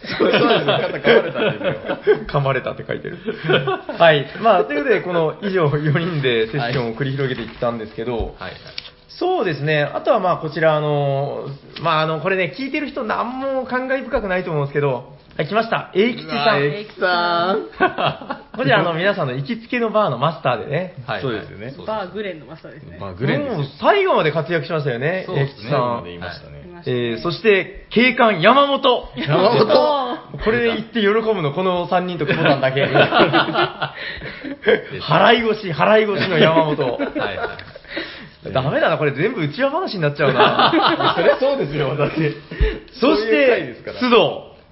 Speaker 2: そうなんですよ肩噛まれたんですよ
Speaker 3: 噛まれたって書いてる。 はい、まあ、ということで、この以上4人でセッションを繰り広げていったんですけど、
Speaker 4: はいはい。
Speaker 3: そうですね、あとはまあこちら、あのまあ、あのこれね、聞いてる人、なんも感慨深くないと思うんですけど、はい、来ました、永吉さ
Speaker 1: うわ
Speaker 3: ん。
Speaker 1: 永吉さん
Speaker 3: こちら、あの皆さんの行きつけのバーのマスターでね、
Speaker 4: はい
Speaker 2: そうですよね
Speaker 1: バーグレンのマスターですね。
Speaker 2: まあグレーです
Speaker 3: もう
Speaker 2: よ
Speaker 3: 最後まで活躍しましたよね、
Speaker 4: そう
Speaker 3: 永
Speaker 4: ですね
Speaker 3: 吉
Speaker 2: 最後
Speaker 3: さ
Speaker 2: ま
Speaker 3: ん
Speaker 2: で。言いましたね、
Speaker 1: いましたね
Speaker 3: えーそして、警官、山本。
Speaker 2: 山本
Speaker 3: これで言って喜ぶの、この3人と久保 田だけ。払い腰、払い腰の山本。
Speaker 4: はいはい。
Speaker 3: ダメだな、これ全部内輪話になっちゃうな。それそうですよ、だって。そし
Speaker 2: そういう回で
Speaker 3: て
Speaker 2: すか、ら
Speaker 3: 須藤。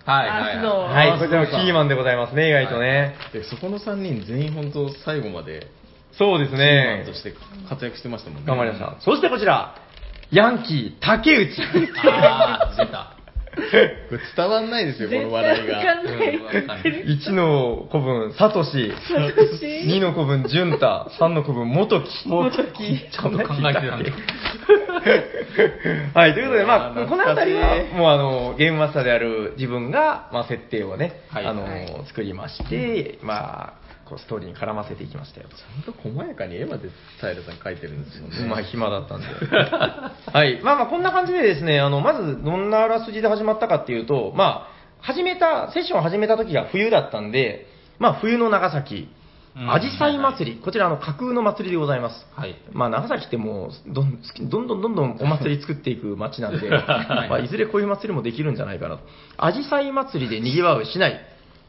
Speaker 4: はい
Speaker 1: あ
Speaker 4: は
Speaker 1: 須
Speaker 4: い
Speaker 1: 藤
Speaker 4: は
Speaker 3: は
Speaker 2: あ
Speaker 3: い、
Speaker 2: ー
Speaker 3: こちらもキーマンでございますね、意外とね。
Speaker 2: でそこの3人全員本当最後まで
Speaker 3: そうです
Speaker 2: ね
Speaker 3: ね
Speaker 2: と。して活躍してましたもんね
Speaker 3: 頑張りました。そしてこちら、ヤンキー、竹内。
Speaker 4: い。ああ、出た。
Speaker 2: これ伝わんないですよこの笑い
Speaker 1: 絶対わ
Speaker 2: が
Speaker 1: かんない。
Speaker 4: うんわかんない
Speaker 3: 1の子分、サトシ。2の子分、ジュンタ。3の子分、元木。元木。ち
Speaker 4: ちゃんと考えてたんだ。
Speaker 3: はい、ということで、ま
Speaker 2: いや
Speaker 3: あ、
Speaker 2: ー
Speaker 3: この辺り
Speaker 2: 懐か
Speaker 3: は、もうあの、ゲームマスターである自分が、まあ、設定をね、
Speaker 4: はい
Speaker 3: あの
Speaker 1: は、
Speaker 3: 作りまして、まあ、こう、ストーリーに絡ませていきましたよ。
Speaker 2: 本当細やかに絵まで平さん描いてるんですよね
Speaker 3: まあ、暇だったんで。 はい。まあまあ、こんな感じでですね、あの、まず、どんなあらすじで始まったかっていうと、まあ、始めた、セッションを始めた時が冬だったんで、まあ、冬の長崎、
Speaker 4: うん
Speaker 3: アジサイ祭り、こちら、あの、架空の祭りでございます。
Speaker 4: はい。
Speaker 3: まあ、長崎ってもうどんどんどんどんどんお祭り作っていく町なん で、まあ、いずれこういう祭りもできるんじゃないかなと。アジサイ祭りで賑わう市内。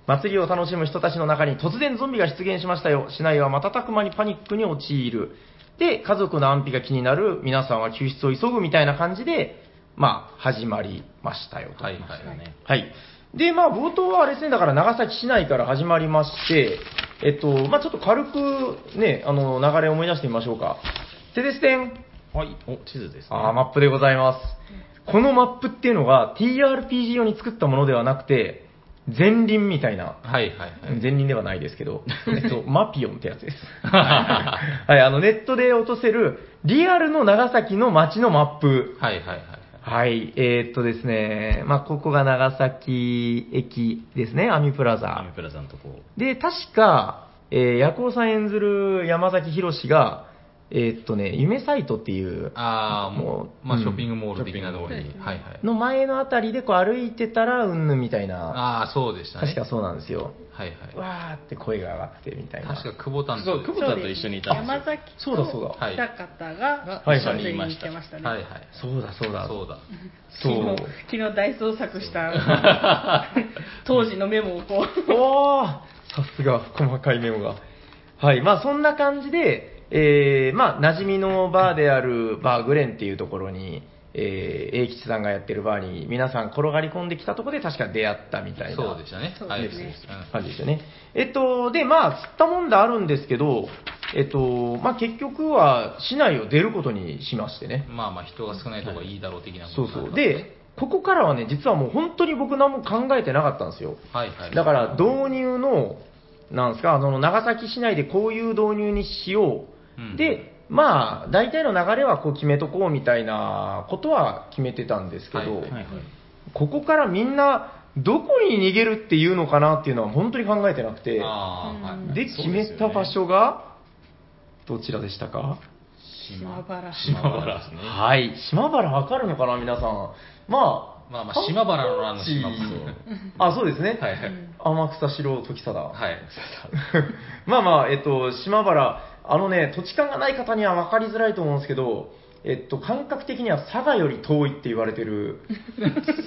Speaker 3: 祭りを楽しむ人たちの中に突然ゾンビが出現しましたよ。市内は瞬く間にパニックに陥る。で、家族の安否が気になる皆さんは救出を急ぐみたいな感じで、まあ、始まりましたよと。
Speaker 4: はいはい。
Speaker 3: はい。で、まあ、冒頭はあれですね、だから長崎市内から始まりまして、えっと、まあ、ちょっと軽くね、あの、流れを思い出してみましょうか。テレステン。
Speaker 2: はいお地図ですね
Speaker 3: あーマップでございます。このマップっていうのが TRPG 用に作ったものではなくて、前輪みたいな、
Speaker 4: はいはいはい。
Speaker 3: 前輪ではないですけど、えっと、マピオンってやつです。はい、あの、ネットで落とせる、リアルの長崎の街のマップ
Speaker 4: はいはいはい。
Speaker 3: はい、えーっとですね、まあ、ここが長崎駅ですね、アミプラ
Speaker 2: ア
Speaker 3: ザ
Speaker 2: ミ。プラさんとこ
Speaker 3: で、確か、えー、ヤコウさん演ずる山崎宏が、えーっとね、夢サイトっていう、
Speaker 4: ああ、もう、まあ、
Speaker 3: うん
Speaker 4: ショッピングモール的なところに。はいはい。
Speaker 3: の前のあたりでこう歩いてたら、うんぬんみたいな、
Speaker 4: ああ、そうでしたね。
Speaker 3: 確かそうなんですよ。
Speaker 4: はいはい。
Speaker 3: わーって声が上がってみたいな。
Speaker 4: 確か久保田の。
Speaker 2: そう久保田と一緒にいたんです
Speaker 1: 山
Speaker 2: よ
Speaker 1: 崎
Speaker 3: そうだそう
Speaker 1: と
Speaker 3: だ
Speaker 4: はい
Speaker 1: 北方が
Speaker 3: はい
Speaker 1: 一緒に行ってましたね、
Speaker 4: はいはい。
Speaker 3: そうだそうだ。
Speaker 4: そうだ。
Speaker 1: 昨
Speaker 3: そう
Speaker 1: 日昨日大捜索した当時のメモをこう
Speaker 3: おーさすが、細かいメモが。はい、まあそんな感じで、えー、まあ馴染みのバーであるバーグレンっていうところに、えー、英吉さんがやってるバーに皆さん転がり込んできたところで確か出会ったみたいな。
Speaker 4: そうでしたね。
Speaker 1: そう
Speaker 4: はい。
Speaker 1: で
Speaker 4: う
Speaker 1: すね
Speaker 4: ん
Speaker 3: 感じですよね。えっと、で、まあ、釣ったもんだあるんですけど、えっと、まあ結局は市内を出ることにしましてね。
Speaker 4: まあまあ、人が少ないとこがいいだろう的なこと
Speaker 3: そう
Speaker 4: になった
Speaker 3: そう。、で、ここからはね、実はもう本当に僕何も考えてなかったんですよ。
Speaker 4: はいはい。
Speaker 3: だから導入の、なんですか、あの長崎市内でこういう導入にしよう、
Speaker 4: うん
Speaker 3: で、まあ、大体の流れはこう決めとこうみたいなことは決めてたんですけど、
Speaker 4: はいはい
Speaker 2: はいはい
Speaker 3: ここからみんな、どこに逃げるっていうのかなっていうのは本当に考えてなくて、
Speaker 4: ああ、はい。
Speaker 3: で、決めた場所が、どちらでしたか
Speaker 1: 島原
Speaker 4: 島原ですね。
Speaker 3: はい、島原わかるのかな、皆さん。まあ、
Speaker 4: まあまあ、島原の乱の島
Speaker 3: 観光地
Speaker 4: 原。
Speaker 3: あ、そうですね。
Speaker 4: はいはい。
Speaker 3: 天草四郎時貞。
Speaker 4: はい。
Speaker 3: まあまあ、えっと、島原、あのね、土地勘がない方には分かりづらいと思うんですけど、えっと、感覚的には佐賀より遠いって言われてる、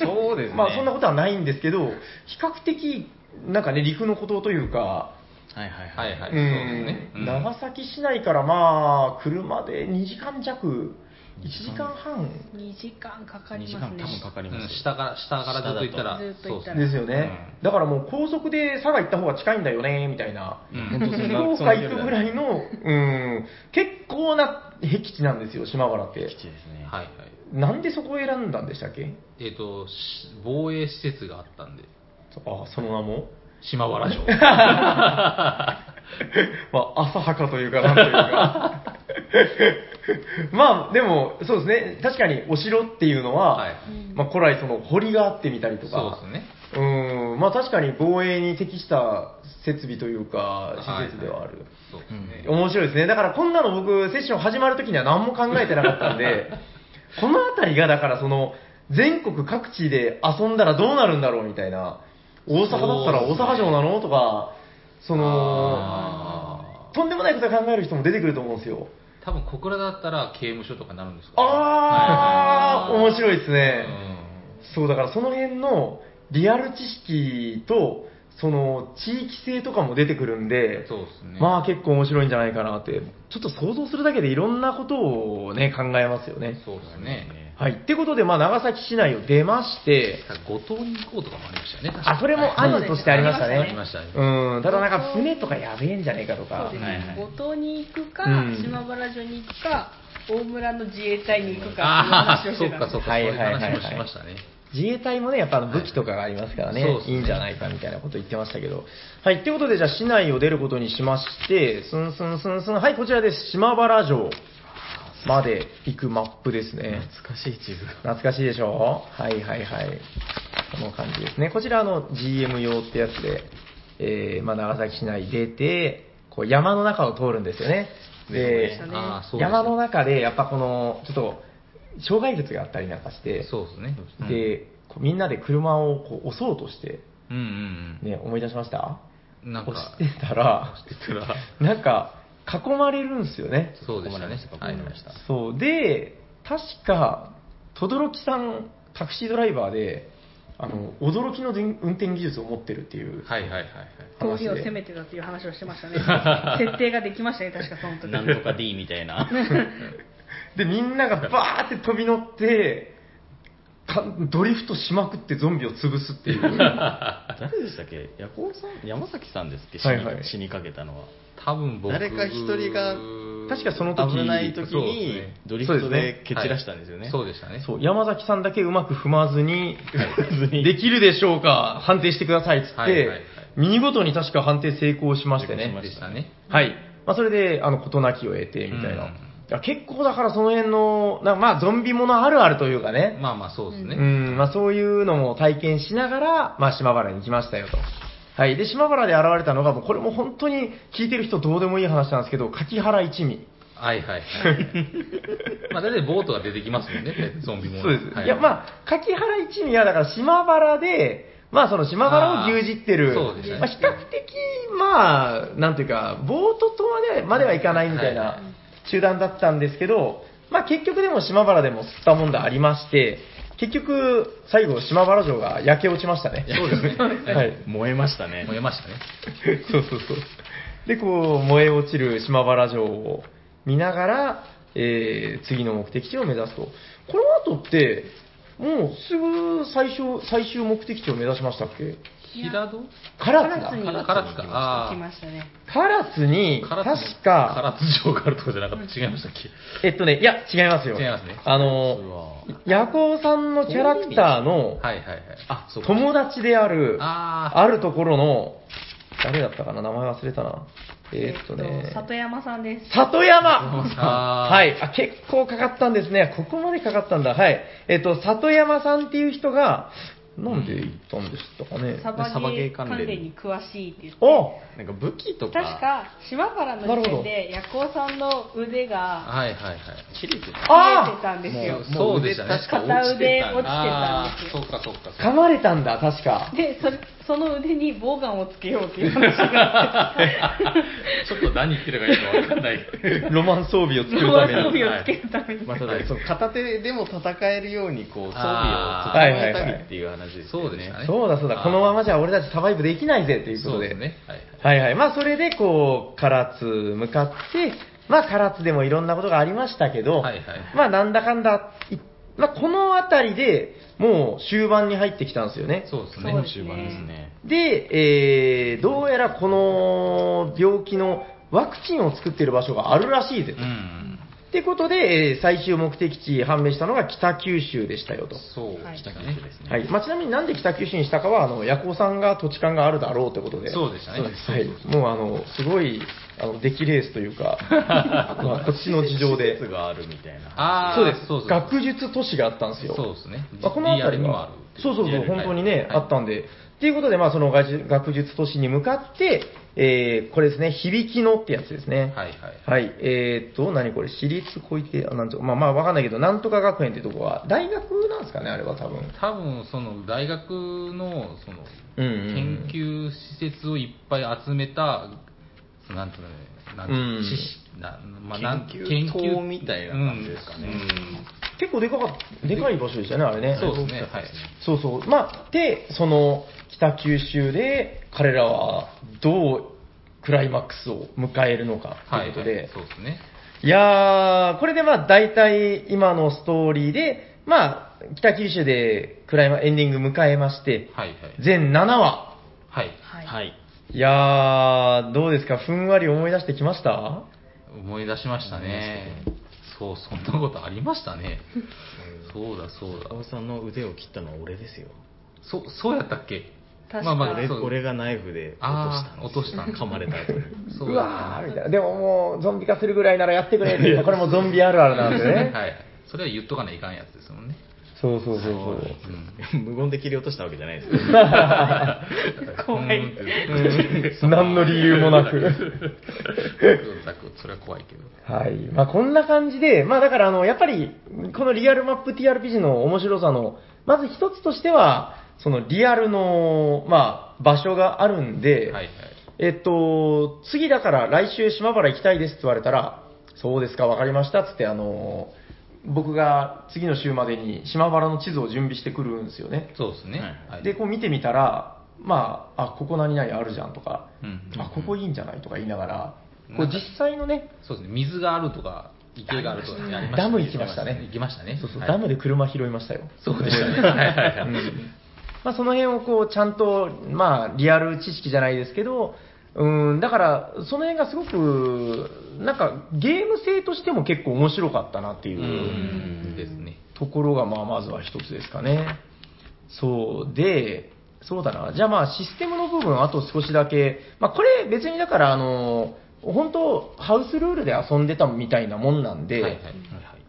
Speaker 2: そうですね。
Speaker 3: まあそんな
Speaker 2: は
Speaker 3: ことはないんですけど、比較的、なんかね、陸の孤島というか、
Speaker 2: いはい
Speaker 4: は
Speaker 2: はいい。
Speaker 4: はい。そう
Speaker 3: う
Speaker 4: です
Speaker 3: ん
Speaker 4: ね。うん
Speaker 3: 長崎市内からまあ、車で2時間弱、1時間半
Speaker 1: 2時間かかり
Speaker 2: 時
Speaker 1: ま
Speaker 2: 間
Speaker 1: すね
Speaker 2: 多分かかり
Speaker 4: う
Speaker 2: ま
Speaker 4: ん
Speaker 2: す。
Speaker 4: 下から、下からずっと行ったら、
Speaker 1: 下だと
Speaker 4: そうですね。
Speaker 3: ですよね、だからもう高速で佐賀行った方が近いんだよね、みたいな。
Speaker 4: うん
Speaker 2: 本当そんな
Speaker 3: 福岡行くぐらいの、うん、結構な僻地なんですよ、島原って。
Speaker 2: 基地ですね。
Speaker 4: はいはい。
Speaker 3: なんでそこを選んだんでしたっけ
Speaker 4: えっと、し防衛施設があったんで、
Speaker 3: あ、その名も
Speaker 4: 島 原城。
Speaker 3: まあ、浅はかというか、なんというか。 まあ、でも、そうですね、確かにお城っていうのは、
Speaker 4: はい。
Speaker 3: まあ、古来その堀があってみたりと
Speaker 4: そ
Speaker 3: か、
Speaker 4: うですね。
Speaker 3: うん、まあ確かに防衛に適した設備というか、施設ではある。
Speaker 4: そうですね。
Speaker 3: 面白いですね。だからこんなの僕、セッション始まるときには何も考えてなかったん で、このあたりがだからその、全国各地で遊んだらどうなるんだろうみたいな、大阪だったら大阪城なのとか、その
Speaker 4: あ、ー
Speaker 3: とんでもないことを考える人も出てくると思うんですよ。
Speaker 4: 多分小倉だったら刑務所とかになるんですかね
Speaker 3: あー、面白いですね。
Speaker 4: う
Speaker 3: そう、だからその辺のリアル知識と、その地域性とかも出てくるんで
Speaker 4: ん、そうですね。
Speaker 3: まあ結構面白いんじゃないかなって、ちょっと想像するだけでいろんなことをね、考えますよね。
Speaker 4: そうですね。
Speaker 3: はい。ってことで、まあ長崎市内を出まして、
Speaker 4: 五島に行こうとかもありましたよね。確か
Speaker 3: あ、それも案としてありましたね。
Speaker 4: ありましたね
Speaker 3: うん。ただなんか船とかやべえんじゃねえかと
Speaker 1: そう
Speaker 3: か
Speaker 1: で。す
Speaker 2: はい
Speaker 1: ね
Speaker 2: はい
Speaker 1: 五島に行くか、
Speaker 3: うん
Speaker 1: 島原城に行くか大村の自衛隊に行くか
Speaker 4: あ
Speaker 1: ってい
Speaker 4: あ、
Speaker 1: う話を
Speaker 4: そ
Speaker 1: し
Speaker 4: う
Speaker 1: て
Speaker 4: か
Speaker 1: た
Speaker 4: そうか、そう
Speaker 3: はいいうはいはいはい
Speaker 4: 話もしましたね。
Speaker 3: 自衛隊もね、やっぱあの武器とかがありますからね、
Speaker 4: そうです
Speaker 3: い
Speaker 4: ね
Speaker 3: いんじゃないかみたいなこと言ってましたけど。はい。ってことで、じゃあ市内を出ることにしまして、スンスンスンスン。はい、こちらです。島原城まで行くマップですね。
Speaker 2: 懐かしい地図が。
Speaker 3: 懐かしいでしょはいはいはい。この感じですね。こちらあの GM 用ってやつで、えーまあ、長崎市内出て、こう山の中を通るんですよね。で、
Speaker 1: そうでしたね
Speaker 4: ああ、そうですね
Speaker 3: 山の中でやっぱこの、ちょっと、障害物があったりなんかして、
Speaker 4: そうですね。うん、
Speaker 3: で、こうみんなで車をこう押そうとして、
Speaker 4: うんうん
Speaker 3: ね、思い出しました
Speaker 4: うん。なん
Speaker 3: 押
Speaker 4: か
Speaker 3: し、てたら、
Speaker 4: たら
Speaker 3: なんか囲まれるんですよね。
Speaker 4: そうでしたね。
Speaker 2: ここまででした
Speaker 4: はい
Speaker 3: そう。で、確か、轟さん、タクシードライバーで、あの、驚きの運転技術を持ってるっていう。
Speaker 4: はいはいはいはい。
Speaker 1: 通りを攻めてたっていう話をしてましたね設定ができましたね確かその時
Speaker 2: なんとか D みたいな。
Speaker 3: で、みんながバーって飛び乗って、かドリフトしまくってゾンビを潰すっていう。
Speaker 2: 誰でしたっけヤコウさん山崎さんですっけ死
Speaker 3: はい
Speaker 2: に,、
Speaker 3: はい
Speaker 2: 死にかけたのは。
Speaker 4: 多分僕
Speaker 2: 誰か一人が
Speaker 3: 確かその時
Speaker 2: 危ない時
Speaker 4: そうです
Speaker 2: に
Speaker 4: ね
Speaker 2: ドリフ
Speaker 3: そ
Speaker 2: ト
Speaker 3: うです
Speaker 2: で蹴散らしたんですよね。
Speaker 4: そうでしたね。
Speaker 3: そう、山崎さんだけうまく踏まずに、
Speaker 2: 別に
Speaker 3: できるでしょうか判定してくださいっつって、
Speaker 4: はいはいはい
Speaker 3: 見事に確か判定成功しまして
Speaker 2: 成
Speaker 3: ね
Speaker 2: 功しま。
Speaker 4: でしたね。
Speaker 3: はい。まあ、それで、あの、事なきを得て、みたいな。
Speaker 4: うん
Speaker 3: いや結構だからその辺の、なまあ、ゾンビものあるあるというかね。
Speaker 4: まあまあそうです
Speaker 3: う
Speaker 4: ね。
Speaker 3: ん、まあ、そういうのも体験しながら、まあ、島原に来ましたよと。はい。で、島原で現れたのが、もうこれも本当に聞いてる人どうでもいい話なんですけど、柿原一味。
Speaker 4: はいはいはい。 まあ大体ボートが出てきますもんね、ゾンビもの。
Speaker 3: そうです。、
Speaker 4: はい
Speaker 3: や、まあ、柿原一味は、だから島原で、まあ、その島原を牛耳ってる、
Speaker 4: あーそうですね
Speaker 3: まあ、比較的、まあ、なんていうか、ボートとまでまではいかないみたい
Speaker 4: はいは
Speaker 3: な集団だったんですけど、まあ、結局でも島原でも吸ったもんだありまして、結局、最後、島原城が焼け落ちましたね。
Speaker 4: そうです ね。
Speaker 3: は
Speaker 4: はいい。
Speaker 2: 燃えましたね
Speaker 4: 燃えましたね。
Speaker 3: そうそうそう。で、こう、燃え落ちる島原城を見ながら、えー次の目的地を目指すと。この後って、もうすぐ最初、最終目的地を目指しましたっけ
Speaker 4: 平戸
Speaker 3: 唐津
Speaker 1: 唐津
Speaker 3: だ。
Speaker 1: に
Speaker 4: からからつか。
Speaker 1: 行
Speaker 4: あ
Speaker 1: き
Speaker 4: あ。
Speaker 1: ましたね
Speaker 3: 唐津に、
Speaker 4: 唐
Speaker 3: 確
Speaker 4: 津に
Speaker 3: か、
Speaker 4: 唐津城があるとこじゃなかった。違いましたっけ
Speaker 3: えっとね、いや、違いますよ。
Speaker 4: 違いますね
Speaker 3: あ
Speaker 2: う
Speaker 3: の、
Speaker 2: わ
Speaker 3: ヤコウさんのキャラクターの
Speaker 4: はいはいはい。あ、そうか。
Speaker 3: 友達である、
Speaker 4: ああ。
Speaker 3: あるところの、誰だったかな名前忘れたな。えーっとね、
Speaker 1: 里山さんです
Speaker 3: 里山
Speaker 4: あー
Speaker 3: はいあ。結構かかったんですね。ここまでかかったんだ。はい。えっ、と、里山さんっていう人が、なんで行ったんでしたかね。
Speaker 1: サバ
Speaker 2: サバゲ
Speaker 1: ゲー
Speaker 2: ー関連
Speaker 1: 関連に詳しいって言って
Speaker 3: お
Speaker 2: なんか武器と
Speaker 1: 確
Speaker 2: か
Speaker 1: か島原の時点でヤコウさんの腕が
Speaker 4: はいはいはい。
Speaker 2: 切れてた
Speaker 1: 切れ
Speaker 3: あ
Speaker 1: てたんですよ
Speaker 4: そうでしたね。
Speaker 2: 確か
Speaker 1: 片
Speaker 2: 落ちて
Speaker 1: 腕
Speaker 2: た
Speaker 1: 落ちてた
Speaker 4: あ
Speaker 1: ん
Speaker 4: あ
Speaker 1: で
Speaker 4: ー、
Speaker 1: す
Speaker 4: そう
Speaker 1: よ
Speaker 4: かそうか。
Speaker 3: 噛まれたんだ、確か。
Speaker 1: でそれその腕にボウガンをつけようっていう話があって
Speaker 4: ちょっと何言ってるかよくわかんない。
Speaker 3: ロマン装備を作る
Speaker 1: ロマン
Speaker 3: ため
Speaker 1: 装
Speaker 3: に。
Speaker 1: 備をつけるために
Speaker 2: まあ、ただその片手でも戦えるようにこう装備を
Speaker 4: あ
Speaker 3: ー
Speaker 2: 整えたりっていう話です
Speaker 4: そ
Speaker 2: よ
Speaker 4: うでし
Speaker 2: ね
Speaker 4: たね。
Speaker 3: そうだそう
Speaker 4: あ
Speaker 3: だ、
Speaker 4: ー
Speaker 3: このままじゃ俺たちサバイブできないぜというこ
Speaker 4: そ
Speaker 3: と
Speaker 4: う
Speaker 3: で。
Speaker 4: ですね。はいはい。
Speaker 3: はいはい。まあ、それで、こう、唐津向かって、まあ、唐津でもいろんなことがありましたけど、
Speaker 4: はいはい
Speaker 3: まあ、なんだかんだ、いまあ、このあたりでもう終盤に入ってきたんですよね。
Speaker 4: そうですね。
Speaker 1: そうです
Speaker 2: 終盤ですね
Speaker 3: で、えーどうやらこの病気のワクチンを作っている場所があるらしいです。
Speaker 4: う
Speaker 3: っ
Speaker 4: ん。
Speaker 3: てことで、えー最終目的地判明したのが北九州でしたよと。
Speaker 4: そう
Speaker 1: はい
Speaker 4: でした
Speaker 2: 北
Speaker 4: ね
Speaker 2: 九州。ですね
Speaker 3: はいまあ、ちなみになんで北九州にしたかは、あの、ヤコウさんが土地勘があるだろうということで。
Speaker 4: そうでしたね
Speaker 3: そうですはい。もう、あの、すごい、あの、出来レースという か、まあ、こっちの事情で
Speaker 2: 施。設があるみたいな
Speaker 4: ああ、
Speaker 3: そうです。
Speaker 4: そうそう。
Speaker 3: 学術都市があったんですよ。
Speaker 4: そうですね。
Speaker 3: まあ、この辺り
Speaker 4: DR にもあ
Speaker 3: は
Speaker 4: る、
Speaker 3: そうそうそう、
Speaker 4: DR
Speaker 3: 本当にね、
Speaker 4: はい
Speaker 3: あったんで。っていうことで、まあ、その学術学術都市に向かって、えー、これですね、響きのってやつですね。
Speaker 4: はいはい。
Speaker 3: はい、えーっと、何これ、私立小池、あなんとまあまあわかんないけど、なんとか学園ってとこは、大学なんですかね、あれは多分。
Speaker 4: 多分、その、大学の、その、
Speaker 3: うん
Speaker 4: 研究施設をいっぱい集めた、なんていうのね、なんて
Speaker 3: うん
Speaker 4: 知識、なまあ、なん
Speaker 2: 研究棟みたいな感じですかね
Speaker 3: 結構でかかっでかい場所でしたね、あれ
Speaker 4: う
Speaker 3: ね
Speaker 4: ん。そうですね。はい。
Speaker 3: そうそう。まあ、で、その、北九州で、彼らは、どう、クライマックスを迎えるのか、と
Speaker 4: はいいうは
Speaker 3: こ
Speaker 4: い。
Speaker 3: とで。
Speaker 4: そうですね。
Speaker 3: いやー、これでまあ大体今のストーリーで、まあ北九州でクライマエンディング迎えまして、
Speaker 4: はいはい。
Speaker 3: 全7話。
Speaker 4: はい。
Speaker 1: はい
Speaker 2: はい
Speaker 3: いやー、どうですかふんわり思い出してきました
Speaker 4: 思い出しましたね。そう、そんなことありましたね。そうだそうだ
Speaker 2: 高。尾さんの腕を切ったのは俺ですよ
Speaker 4: そ、そうやったっけ
Speaker 1: 確か
Speaker 2: 俺
Speaker 4: そう
Speaker 2: 俺がナイフで
Speaker 4: あー
Speaker 2: 落としたんですよ噛
Speaker 4: 落とした
Speaker 2: まれた後 に
Speaker 4: そう
Speaker 3: う
Speaker 4: だ
Speaker 3: わー、みたいな。でももうゾンビ化するぐらいならやってくれっていうこれもゾンビあるあるなんでね。
Speaker 4: はい。それは言っとかないかんやつですもんね。
Speaker 3: そうそうそう
Speaker 4: うん。
Speaker 2: 無言で切り落としたわけじゃないですよ
Speaker 1: 怖い
Speaker 4: うん
Speaker 3: そう。 何の理由もなく。
Speaker 4: ザクそれは怖いけど。
Speaker 3: はい。まあ、こんな感じで、まあ、だから、あの、やっぱり、このリアルマップ TRPG の面白さの、まず一つとしては、そのリアルの、まあ、場所があるんで、
Speaker 4: はいはい。
Speaker 3: えっと、次だから来週島原行きたいですって言われたら、そうですか、わかりましたっつって、あの、僕が次の週までに島原の地図を準備してくるんですよね。
Speaker 4: そうですね。
Speaker 2: は
Speaker 4: はい
Speaker 3: で、こう見てみたら、まあ、あ、ここ何々あるじゃんとか、
Speaker 4: うん
Speaker 3: あ、ここいいんじゃないとか言いながら、こ
Speaker 4: な
Speaker 3: うん
Speaker 4: か
Speaker 3: 実際のね、
Speaker 4: そうですね。水があるとか、池があるとかねありましたね
Speaker 3: ダム行きましたね
Speaker 4: 行きましたね。
Speaker 3: そうそう、
Speaker 4: はい
Speaker 3: ダムで車拾いましたよ。
Speaker 4: そうでしたね。はいはいはい。。
Speaker 3: まあ、その辺をこうちゃんと、まあ、リアル知識じゃないですけど、うん、だから、その辺がすごく、なんか、ゲーム性としても結構面白かったなっていうううん
Speaker 4: ですね。
Speaker 3: ところが、まあ、まずは一つですかね。そう、で、そうだな。じゃあまあ、システムの部分、あと少しだけ。まあ、これ別にだから、あの、本当ハウスルールで遊んでたみたいなもんなんで、
Speaker 4: はいはい。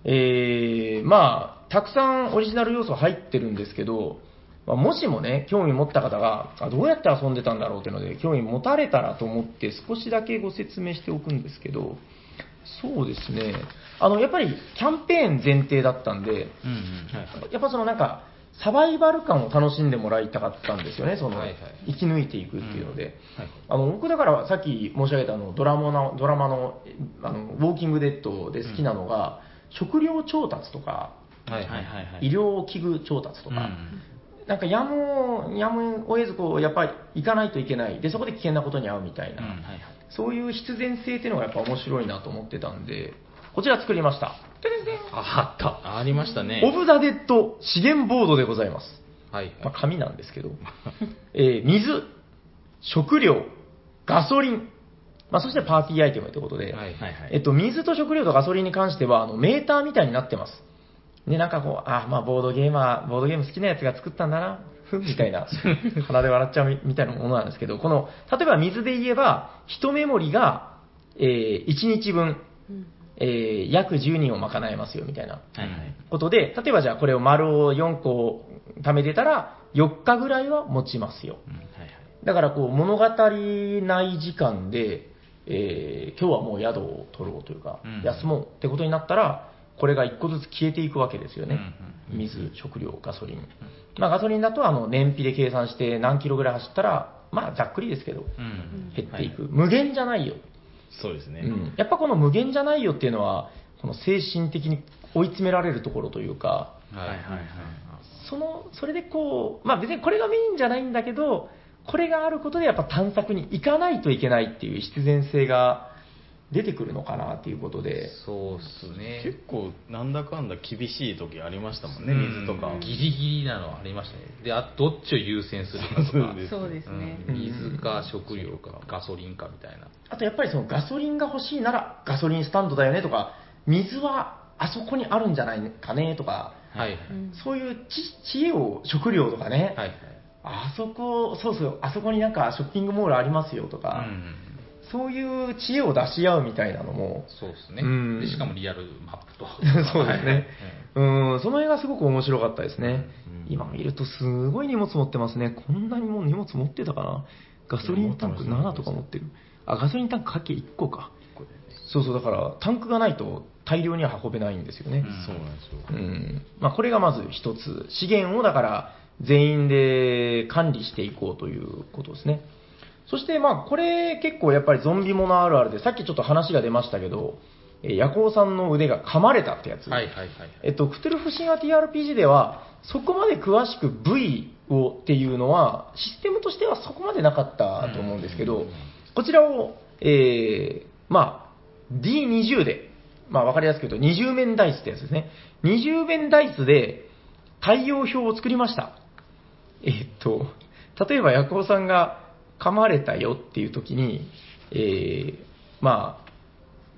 Speaker 3: えーまあ、たくさんオリジナル要素入ってるんですけど、まあ、もしもね、興味持った方が、あどうやって遊んでたんだろうっていうので、興味持たれたらと思って、少しだけご説明しておくんですけど、そうですね、あのやっぱりキャンペーン前提だったんで、
Speaker 4: うんうんはい
Speaker 3: やっぱそのなんか、サバイバル感を楽しんでもらいたかったんですよね、その、
Speaker 4: はいはい
Speaker 3: 生き抜いていくっていうので。
Speaker 4: はい
Speaker 3: あの僕だからさっき申し上げたあのドラマのドラマのあの「ウォーキング・デッド」で好きなのが、食料調達とか
Speaker 4: は
Speaker 2: は
Speaker 4: いはいい
Speaker 2: はいはい。
Speaker 3: 医療器具調達と
Speaker 4: う
Speaker 3: か、
Speaker 4: ん
Speaker 3: なんかやむをやむを得ずこうやっぱり行かないといけないでそこで危険なことに遭うみたいな、
Speaker 4: うん
Speaker 2: はいはい
Speaker 3: そういう必然性っていうのがやっぱ面白いなと思ってたんでこちら作りました
Speaker 4: ああった
Speaker 2: ありました
Speaker 3: オ
Speaker 2: ね。
Speaker 3: ブ・ザ・デッド資源ボードでございます、
Speaker 4: はい
Speaker 3: まあ、紙なんですけど、 えー水、食料、ガソリン、まあ、そしてパーティーアイテムということで、
Speaker 4: はい
Speaker 2: はいは
Speaker 3: えっ
Speaker 2: い。
Speaker 3: と、水と食料とガソリンに関しては、あのメーターみたいになってます。で、なんかこう、あ、まあ、ボードゲーマー、ボードゲーム好きなやつが作ったんだな、ふんみたいな、 鼻で笑っちゃうみみたいなものなんですけど、この、例えば水で言えば、一メモリが、え1日分、
Speaker 1: うん
Speaker 3: えー約10人を賄えますよ、みたいな。
Speaker 2: はいはい。
Speaker 3: ことで、例えばじゃあこれを丸を4個貯めてたら、4日ぐらいは持ちますよ。
Speaker 2: うんはいはい。
Speaker 3: だからこう物語ない時間で、えー今日はもう宿を取ろうというか、
Speaker 4: うん
Speaker 3: 休もうってことになったら、これが1個ずつ消えていくわけですよね。
Speaker 4: うんうん
Speaker 3: 水、食料、ガソリン。まあガソリンだとあの燃費で計算して何キロぐらい走ったら、まあざっくりですけど、
Speaker 4: うん
Speaker 3: 減っていく。無限じゃないよ。
Speaker 2: そうですね。
Speaker 3: うんやっぱこの無限じゃないよっていうのは、この精神的に追い詰められるところというか、
Speaker 2: はいはいはい。
Speaker 3: そのそれでこう、まあ、別にこれがメインじゃないんだけど、これがあることでやっぱ探索に行かないといけないっていう必然性が出てくるのかなっていうことで、
Speaker 4: そうっすね
Speaker 2: 結構なんだかんだ厳しい時ありましたもんね、
Speaker 4: うん
Speaker 2: 水とか。
Speaker 4: ギリギリなのありましたねであどっちを優先するかと
Speaker 2: そう
Speaker 4: か
Speaker 2: です
Speaker 1: そうですね、
Speaker 4: うん水か食料かガソリンかみたいな
Speaker 3: あとやっぱりそのガソリンが欲しいならガソリンスタンドだよねとか、水はあそこにあるんじゃないかねとか、
Speaker 4: はいはい
Speaker 1: うん
Speaker 3: そういう知知恵を、食料とかね、
Speaker 4: はい
Speaker 3: あそこ、そうそう、あそこになんかショッピングモールありますよと
Speaker 4: う
Speaker 3: か、
Speaker 4: ん
Speaker 3: そういう知恵を出し合うみたいなのも、
Speaker 4: そうですね
Speaker 3: うん
Speaker 4: でしかもリアルマップと
Speaker 3: そうですね。うん、その映画すごく面白かったですね。
Speaker 2: うん
Speaker 3: 今見るとすごい荷物持ってますね。こんなにもう荷物持ってたかな。ガソリンタンク
Speaker 2: いや持ってま
Speaker 3: 7
Speaker 2: す
Speaker 3: とか持ってる。あ、ガソリンタンクかけ1個か。そうそう、だからタンクがないと大量には運べないんですよね。
Speaker 2: そうなんですよ。
Speaker 3: うん。まあこれがまず一つ。資源をだから全員で管理していこうということですね。そしてまあこれ結構やっぱりゾンビものあるあるで、さっきちょっと話が出ましたけど、えーヤコウさんの腕が噛まれたってやつ。
Speaker 4: はいはいはいはい
Speaker 3: えっと、クトゥルフ神話 TRPG では、そこまで詳しく部位をっていうのは、システムとしてはそこまでなかったと思うんですけど、こちらを、えーまあ、D20 で、まあ、わかりやすく言うと、20面ダイスってやつですね。20面ダイスで、対応表を作りました。えっと、例えば、ヤコウさんが噛まれたよっていう時に、えーま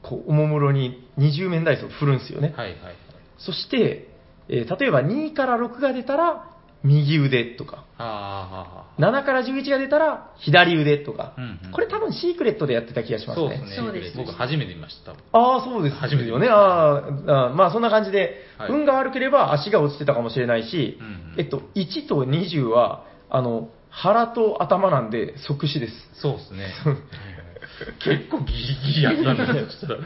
Speaker 3: あ、こう、おもむろに20面ダイスを振るんですよね。
Speaker 4: はいはいはい
Speaker 3: そして、えー例えば2から6が出たら右腕とか、
Speaker 4: あーはーはーは
Speaker 3: 7から11が出たら左腕とか、
Speaker 4: うんうん
Speaker 3: これ多分シークレットでやってた気がし
Speaker 4: ー
Speaker 3: ます
Speaker 4: そう
Speaker 3: ね。
Speaker 4: ですね
Speaker 1: そうです
Speaker 4: 僕初めて見ました多分
Speaker 3: ああ、そうです。
Speaker 4: 初めて
Speaker 3: よね。あーあー、まあそんな感じで、
Speaker 4: はい
Speaker 3: 運が悪ければ足が落ちてたかもしれないし、
Speaker 4: うんうん
Speaker 3: えっと、1と20は、あの、腹と頭なんで即死です。
Speaker 4: そうですね結構ギリギリやったんですよそしたら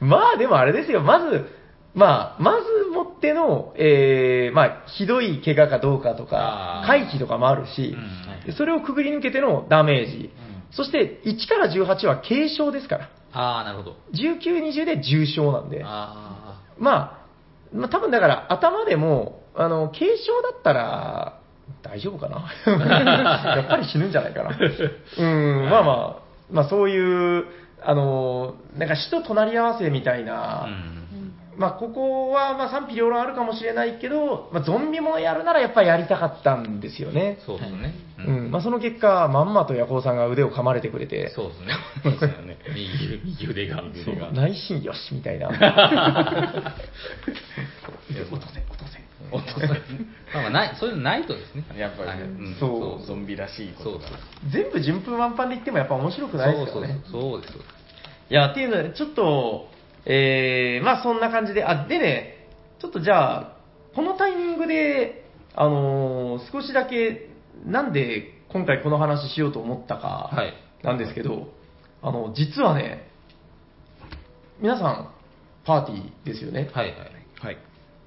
Speaker 3: まあでもあれですよ、まず、まあ、まずもっての、えーまあ、ひどい怪我かどうかとか
Speaker 4: あ、ー
Speaker 3: 回避とかもあるし、
Speaker 4: うんはい
Speaker 3: でそれをくぐり抜けてのダメージ、
Speaker 4: ん
Speaker 3: そして1から18は軽傷ですから、
Speaker 4: ああなるほど
Speaker 3: 19、20で重傷なんで、
Speaker 4: あ
Speaker 3: まあ、まあ、多分だから頭でも、あの、軽傷だったら、大丈夫かな やっぱり死ぬんじゃないかな。うん、まあまあ、まあそういう、あの、なんか死と隣り合わせみたい
Speaker 4: あ
Speaker 3: な、
Speaker 4: うん
Speaker 3: まあ、ここはまあ賛否両論あるかもしれないけど、まあ、ゾンビものやるならやっぱりやりたかったんですよね。
Speaker 4: そうですね
Speaker 3: う
Speaker 4: うん
Speaker 3: んまあ、その結果、まんまとヤコウさんが腕を噛まれてくれて、
Speaker 4: そうですね
Speaker 2: そうですよね
Speaker 4: 右右腕が
Speaker 2: 右
Speaker 3: そ
Speaker 2: 腕
Speaker 3: う
Speaker 2: が
Speaker 3: 内心よしみたい な。
Speaker 4: お父さんまあまあないそういうのないとですね
Speaker 2: やっぱ
Speaker 4: はい
Speaker 2: り、
Speaker 4: うん
Speaker 3: そう
Speaker 2: ゾンビらしいこ
Speaker 4: そ
Speaker 2: と
Speaker 4: う
Speaker 2: が
Speaker 4: そう
Speaker 3: 全部順風満帆で言ってもやっぱ面白くないですよね。
Speaker 4: そうそうそうそうです
Speaker 3: いや、っていうので、ちょっと、えー、まあそんな感じで、あ、でね、ちょっとじゃあ、このタイミングで、あのー少しだけ、なんで今回この話しようと思ったか
Speaker 4: はい、
Speaker 3: なんですけど、あの、実はね、皆さん、パーティーですよね。
Speaker 4: はいはい。
Speaker 2: はい。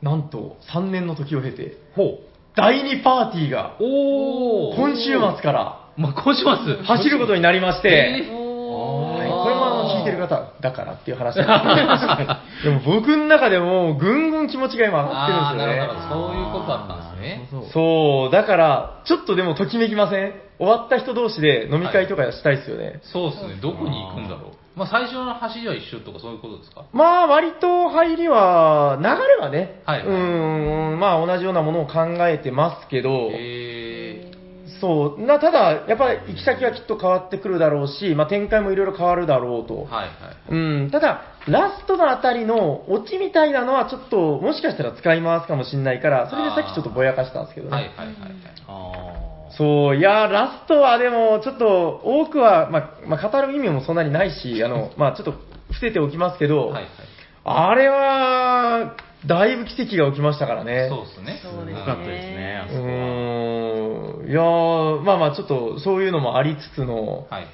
Speaker 3: なんと、3年の時を経て、
Speaker 4: ほ
Speaker 3: 第2パーティーが、
Speaker 4: う。おお。
Speaker 3: 今週末から
Speaker 4: まあ、今週末。
Speaker 3: 走ることになりまして、
Speaker 1: おー
Speaker 3: はいこれもあの聞いてる方だからっていう話なんですけど でも僕の中でもうぐんぐん気持ちが今上が
Speaker 4: あ
Speaker 3: って
Speaker 4: ーな
Speaker 3: るん
Speaker 4: る
Speaker 3: で
Speaker 4: ほどなるほど。そういうことだったんですね。
Speaker 3: すよねそうだからちょっとでもときめきません終わった人同士で飲み会とかしたいですよね、
Speaker 4: そうですね。どこに行くんだろう。まあ、最初の走りは一緒とかそういうことですか
Speaker 3: まあ割と入りは流れはね、
Speaker 4: はいう
Speaker 3: ーんまあ同じようなものを考えてますけど、
Speaker 4: へえ。
Speaker 3: そうなただやっぱり行き先はきっと変わってくるだろうし、まあ、展開もいろいろ変わるだろうと、
Speaker 4: はいはい。
Speaker 3: うん、ただ、ラストのあたりのオチみたいなのは、ちょっと、もしかしたら使い回すかもしれないから、それでさっきちょっとぼやかしたんですけどね。
Speaker 4: はいはいはいはい。
Speaker 2: ああ。
Speaker 3: そう、いやー、ラストはでも、ちょっと、多くは、まあ、まあ、語る意味もそんなにないし、あ の、まあ、ちょっと、伏せておきますけど、
Speaker 4: はいはい。
Speaker 3: あれは、だいぶ奇跡が起きましたからね。
Speaker 4: そうですね。
Speaker 1: そうですね
Speaker 2: よかったですね。あ
Speaker 3: う
Speaker 2: そこは。
Speaker 3: ーん、いやー、まあまあ、ちょっと、そういうのもありつつの、
Speaker 4: はいはい。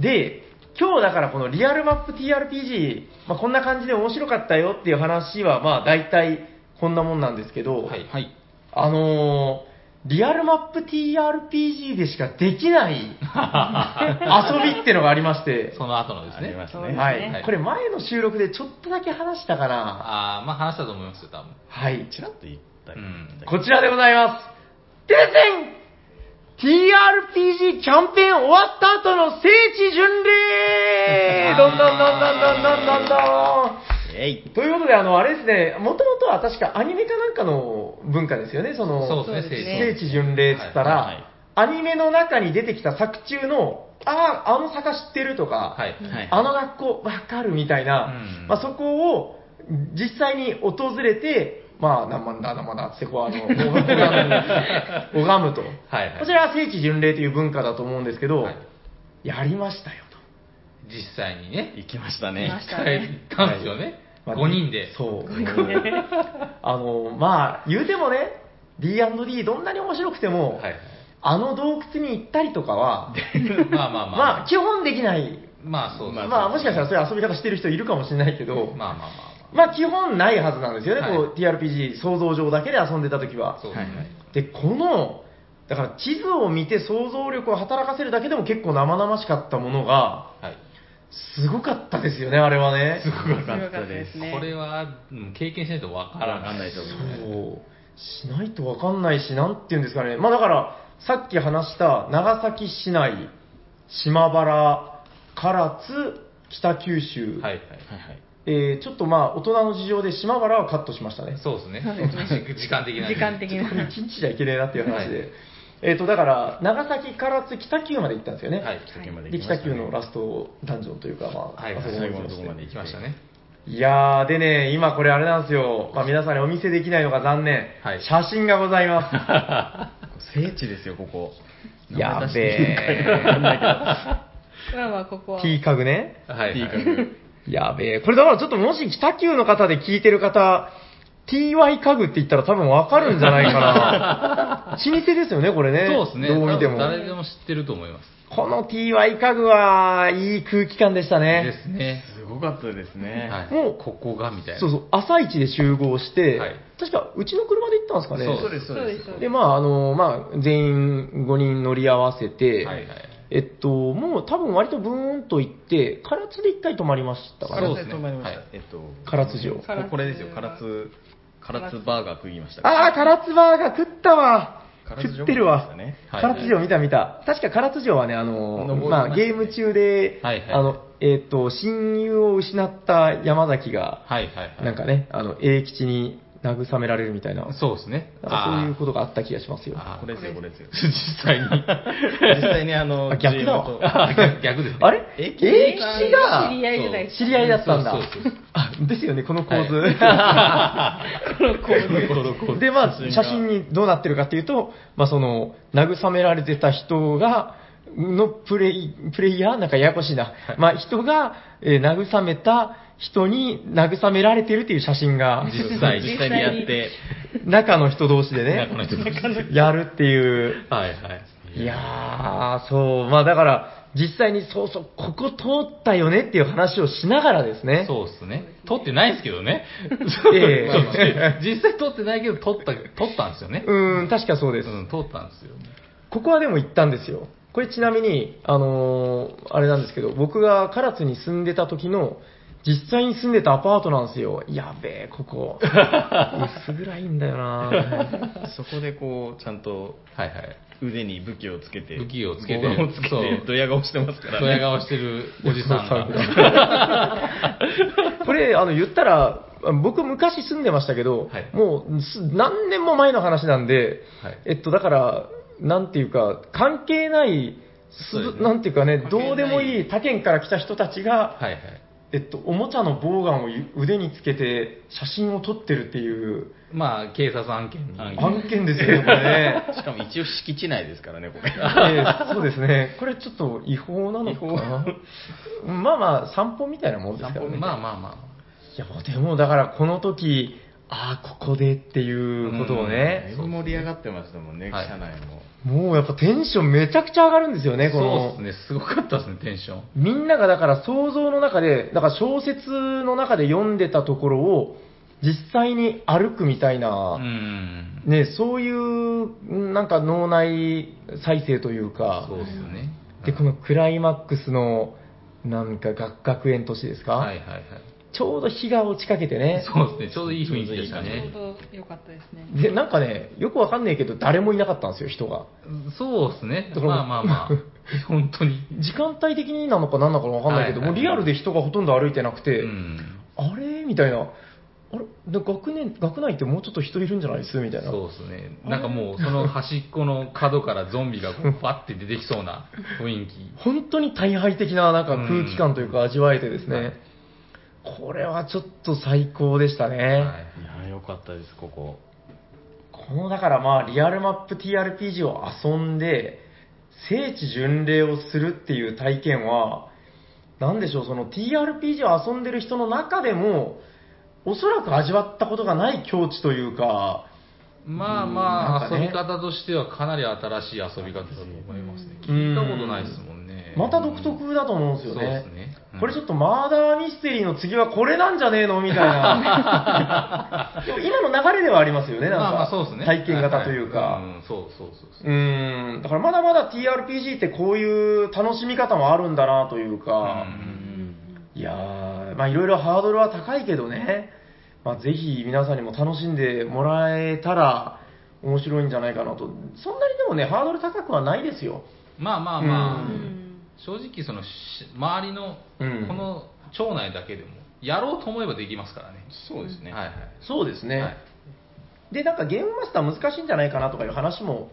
Speaker 3: で、今日だからこのリアルマップ TRPG、まあ、こんな感じで面白かったよっていう話は、まあ大体こんなもんなんですけど、
Speaker 4: はい
Speaker 2: はい。
Speaker 3: あのーリアルマップ TRPG でしかできない 遊びってのがありまして、
Speaker 4: その後のです
Speaker 2: あり
Speaker 4: ね
Speaker 2: ま。す
Speaker 1: そうです
Speaker 2: ね。
Speaker 1: ね
Speaker 3: はい、これ前の収録でちょっとだけ話したかな。
Speaker 4: ああ、まあ話したと思いますよ、多分。
Speaker 3: はい、
Speaker 2: ちらっと言ったよ
Speaker 4: うん
Speaker 3: こちらでございます。てせん !TRPG キャンペーン終わった後の聖地巡 礼どんどんどんどんどんどんどんどん
Speaker 2: えい。
Speaker 3: ということで、あの、あれですね、もともとは確かアニメかなんかの文化ですよね、その、
Speaker 4: そうですね、
Speaker 1: そうです
Speaker 3: 聖
Speaker 1: ね
Speaker 3: 地巡礼っつったら、
Speaker 2: はいはい
Speaker 3: アニメの中に出てきた作中の、ああ、あの坂知ってるとか、
Speaker 4: はい。
Speaker 2: はい。
Speaker 3: あの学校わかるみたいな、
Speaker 4: うん
Speaker 3: まあ、そこを実際に訪れて、まあ、なんまんだ、なんまんだって こう、あの、拝む拝むと。
Speaker 4: はいはい
Speaker 3: こちらは聖地巡礼という文化だと思うんですけど、
Speaker 4: はい
Speaker 3: やりましたよと。
Speaker 4: 実際にね、
Speaker 2: 行きました
Speaker 1: 行きま
Speaker 2: ね
Speaker 1: し。
Speaker 4: 一回行ったんですよね。
Speaker 3: まあ
Speaker 4: 5人で。
Speaker 3: そう。あの、まあ、言うてもね、D&D どんなに面白くても、
Speaker 4: はいはい。
Speaker 3: あの洞窟に行ったりとかは、
Speaker 4: まあまあまあ。
Speaker 3: まあ、基本できない。
Speaker 4: まあそう
Speaker 2: まあ
Speaker 3: まあ、もしかしたらそういう遊び方してる人いるかもしれないけど、
Speaker 4: まあまあまあ
Speaker 3: まあ、基本ないはずなんですよね、
Speaker 4: はい
Speaker 3: こう TRPG 想像上だけで遊んでた時
Speaker 4: まあ。
Speaker 3: は
Speaker 4: そう。ですね。
Speaker 3: で、この、だから地図を見て想像力を働かせるだけでも結構生々しかったものが、
Speaker 4: はい。
Speaker 3: すごかったですよね、あれはね。
Speaker 2: すごかったです。
Speaker 1: ね
Speaker 4: これは、うん経験しないとわから
Speaker 2: わかん
Speaker 4: な。
Speaker 2: ないいと思
Speaker 3: そうしないとわかんないし、なんていうんですかね。まあだから、さっき話した長崎市内、島原、唐津、北九州、
Speaker 4: はいはい。
Speaker 2: はい
Speaker 3: えーちょっとまあ大人の事情で島原はカットしましたね。
Speaker 4: そうですね
Speaker 1: そうです。
Speaker 4: 時間的な。
Speaker 1: 時間的
Speaker 3: ちょっとこれ
Speaker 1: な
Speaker 3: 一日じゃいけねえなっていう話で。
Speaker 4: はい
Speaker 3: えっ、と、だから、長崎、唐津、北九まで行ったんですよね。
Speaker 4: はい。
Speaker 2: はい。まで
Speaker 3: で、
Speaker 2: 行きま
Speaker 3: 北
Speaker 2: した
Speaker 3: 九
Speaker 2: ね
Speaker 3: のラストダンジョンというか、まあ、
Speaker 4: はい
Speaker 3: あそこま
Speaker 2: 最
Speaker 3: で
Speaker 2: 後の
Speaker 3: 行き
Speaker 2: とこ
Speaker 3: ま
Speaker 2: ま
Speaker 3: し
Speaker 2: で
Speaker 4: 行きましたね。
Speaker 3: たいやー、でね、今これあれなんですよ。まあ皆さんにお見せできないのが残念。
Speaker 4: はい
Speaker 3: 写真がございます。
Speaker 2: 聖地ですよ、ここ。
Speaker 3: やべ
Speaker 2: え。
Speaker 1: まあまあここは
Speaker 3: T 家具ね。
Speaker 4: はいはい。
Speaker 3: やべえ。これだからちょっともし北九の方で聞いてる方、TY 家具って言ったら多分わかるんじゃないか な。老舗ですよね、これね。
Speaker 4: そうですね。
Speaker 3: どう見て
Speaker 4: 多分
Speaker 3: も。
Speaker 4: 誰でも知ってると思います。
Speaker 3: この TY 家具は、いい空気感でした
Speaker 4: で
Speaker 3: ね。
Speaker 4: すね。
Speaker 2: すごかったですね。
Speaker 4: はい。
Speaker 3: もう
Speaker 4: ここがみたいな。
Speaker 3: そうそう、朝一で集合して、
Speaker 4: はい
Speaker 3: 確かうちの車で行ったんですかね。
Speaker 4: そう
Speaker 2: です、
Speaker 1: そうですそう
Speaker 3: で、
Speaker 1: です
Speaker 3: まあ、あの、まあ、全員5人乗り合わせて、
Speaker 4: はいはい。
Speaker 3: えっと、もう多分割とブーンと行って、唐津で一回泊まりましたか
Speaker 4: そ
Speaker 3: ね。
Speaker 4: うですね
Speaker 2: 止まりまし
Speaker 4: は
Speaker 2: た
Speaker 4: い。
Speaker 2: えっと、
Speaker 3: 唐津城。
Speaker 1: 唐津
Speaker 2: これですよ、唐津、唐津バーガー食いました。
Speaker 3: ああ、唐津バーガー食ったわ。
Speaker 2: 唐津城
Speaker 3: 食ってるわ
Speaker 2: 食いまし。
Speaker 4: たねはい
Speaker 3: 唐津城見た見た。確か唐津城はね、あの、
Speaker 2: 登りまし
Speaker 3: ま
Speaker 2: たね
Speaker 3: あ、ゲーム中で、
Speaker 4: はいはい
Speaker 3: あの、えっと、親友を失った山崎が、
Speaker 4: はいはいはい。
Speaker 3: なんかね、あの、永吉に慰められるみたいな、
Speaker 4: そうですね。
Speaker 3: なんかそういう
Speaker 4: あ
Speaker 3: ことがあった気がしますよ。
Speaker 4: あ
Speaker 2: これですよ、これですよ。
Speaker 4: ー実際に。
Speaker 2: 実際にあの、
Speaker 3: あ逆だ
Speaker 2: GM
Speaker 3: わ
Speaker 2: と
Speaker 4: あ逆逆ですね。
Speaker 3: あれ
Speaker 2: え
Speaker 3: 永吉が
Speaker 1: 知り合いぐらい
Speaker 3: 知り合いだったんだ
Speaker 4: そうそうそう。
Speaker 3: あですよね、この構図。 で、まあ、写真にどうなってるかっていうと、まあ、その、慰められてた人が、のプレイ、プレイヤーなんかややこしいな。まあ、人が、えー慰めた人に慰められてるっていう写真が、
Speaker 2: 実際、実際にやって、
Speaker 3: 中の人同士でね
Speaker 4: 中の人同士、
Speaker 3: やるっていう。
Speaker 4: はいはい。
Speaker 3: いやー、そう、まあだから、実際にそうそう、ここ通ったよねっていう話をしながらですね。
Speaker 4: そうですね。撮ってないですけどね。
Speaker 3: ええ
Speaker 4: そう実際撮ってないけど、撮った、撮ったんですよね。
Speaker 3: うーん、確かそうです。
Speaker 4: うん、撮ったんですよね。
Speaker 3: ここはでも行ったんですよ。これちなみに、あのーあれなんですけど、僕が唐津に住んでた時の、実際に住んでたアパートなんですよ。やべえ、こ こ。薄暗いんだよな
Speaker 2: そこでこう、ちゃんと
Speaker 4: はいはい。
Speaker 2: 腕に武器をつけて、
Speaker 4: 武器をつけて
Speaker 2: 棒をつけ
Speaker 4: そう
Speaker 2: て、ドヤ顔してますから
Speaker 4: ドヤ
Speaker 2: ね。
Speaker 4: 顔してるおじさんが。
Speaker 3: これ、あの、言ったら、僕昔住んでましたけど、
Speaker 4: はい
Speaker 3: もうす何年も前の話なんで、
Speaker 4: はい
Speaker 3: えっと、だから、なんていうか、関係ない、す
Speaker 4: そうですね
Speaker 3: なんていうかね、
Speaker 2: 関係ない
Speaker 3: どうでもいい他県から来た人たちが、
Speaker 4: はいはい。
Speaker 3: えっと、おもちゃのボウガンを腕につけて写真を撮ってるっていう
Speaker 4: まあ、警察案件に。
Speaker 2: 案
Speaker 3: 案件ですよね、これね
Speaker 2: しかも一応敷地内ですからね、これ。
Speaker 3: ええそうですね。これちょっと違法なの
Speaker 2: 違
Speaker 3: か
Speaker 2: 法
Speaker 3: なまあまあ、散歩みたいなもんですからね。
Speaker 4: まあまあま
Speaker 3: いや、でもだからこの時、ああ、ここでっていうこと
Speaker 2: だ
Speaker 3: を
Speaker 2: い
Speaker 3: ね、
Speaker 2: ぶ盛り上がってましたもんね、
Speaker 4: はい
Speaker 2: 車内も。
Speaker 3: もうやっぱテンションめちゃくちゃ上がるんですよ
Speaker 4: あ。
Speaker 3: ね、こ
Speaker 4: そう
Speaker 3: の。
Speaker 4: ですね。すごかったですね、テンション。
Speaker 3: みんながだから想像の中で、だから小説の中で読んでたところを、実際に歩くみたいうな、
Speaker 4: ん。
Speaker 3: ね、そういう、なんか脳内再生というか
Speaker 4: そ、うですね。
Speaker 3: で、このクライマックスの、なんか学学園都市ですか、
Speaker 4: はいはいはい。
Speaker 3: ちょうど日が落ちかけてね、
Speaker 4: そうですね。ちょうどいい雰囲気でした
Speaker 1: ちょ
Speaker 4: ね。
Speaker 1: うど良かったですね。
Speaker 3: で、なんかね、よくわかんないけど、誰もいなかったんですよ、人が。
Speaker 4: そうですね。
Speaker 3: だから
Speaker 4: まあまあ まあ。本当に。
Speaker 3: 時間帯的になのか何なのかわかんないけど、
Speaker 4: はい
Speaker 3: も
Speaker 4: はい
Speaker 3: うリアルで人がほとんど歩いてなくて、
Speaker 4: うん。
Speaker 3: あれみたいな、あれで学年、学内ってもうちょっと人いるんじゃないですみたいな。
Speaker 4: そうですね。なんかもう、その端っこの角からゾンビがこうバッて出てきそうな雰囲気。
Speaker 3: 本当に大敗的ななんか空気感というか味わえてですね、これはちょっと最高でしたね。
Speaker 4: はい
Speaker 2: いやー、よかったです、ここ。
Speaker 3: このだからまあリアルマップ TRPG を遊んで、聖地巡礼をするっていう体験は、なんでしょう、その TRPG を遊んでる人の中でも、おそらく味わったことがない境地というか、
Speaker 4: ま
Speaker 3: う
Speaker 4: あま
Speaker 3: んなん
Speaker 4: あ、
Speaker 3: かね
Speaker 4: 遊び方としてはかなり新しい遊び方だと思いますね。
Speaker 3: う
Speaker 4: 聞
Speaker 3: ん
Speaker 4: いたことないですもんね。
Speaker 3: また独特だと思うんですよ
Speaker 4: そうで
Speaker 3: ね
Speaker 4: す。ね。うん
Speaker 3: これちょっとマーダーミステリーの次はこれなんじゃねえのみたいな。 でも今の流れではありますよね、なんか。
Speaker 4: まあまあそうですね。
Speaker 3: 体験型というか。
Speaker 4: ははうん、そうそうそうそう
Speaker 3: ーん、だからまだまだ TRPG ってこういう楽しみ方もあるんだなというか、いやー、まあいろいろハードルは高いけどね、まあぜひ皆さんにも楽しんでもらえたら面白いんじゃないかなと、そんなにでもね、ハードル高くはないですよ。
Speaker 4: う。まあまあまあ、
Speaker 3: う
Speaker 1: うん
Speaker 4: 正直そのし、周りの、
Speaker 3: うん
Speaker 4: この町内だけでも、やろうと思えばできますからね。
Speaker 2: そうですね。
Speaker 4: はいはい。
Speaker 3: そうですね。
Speaker 4: はい
Speaker 3: で、なんかゲームマスター難しいんじゃないかなとかいう話も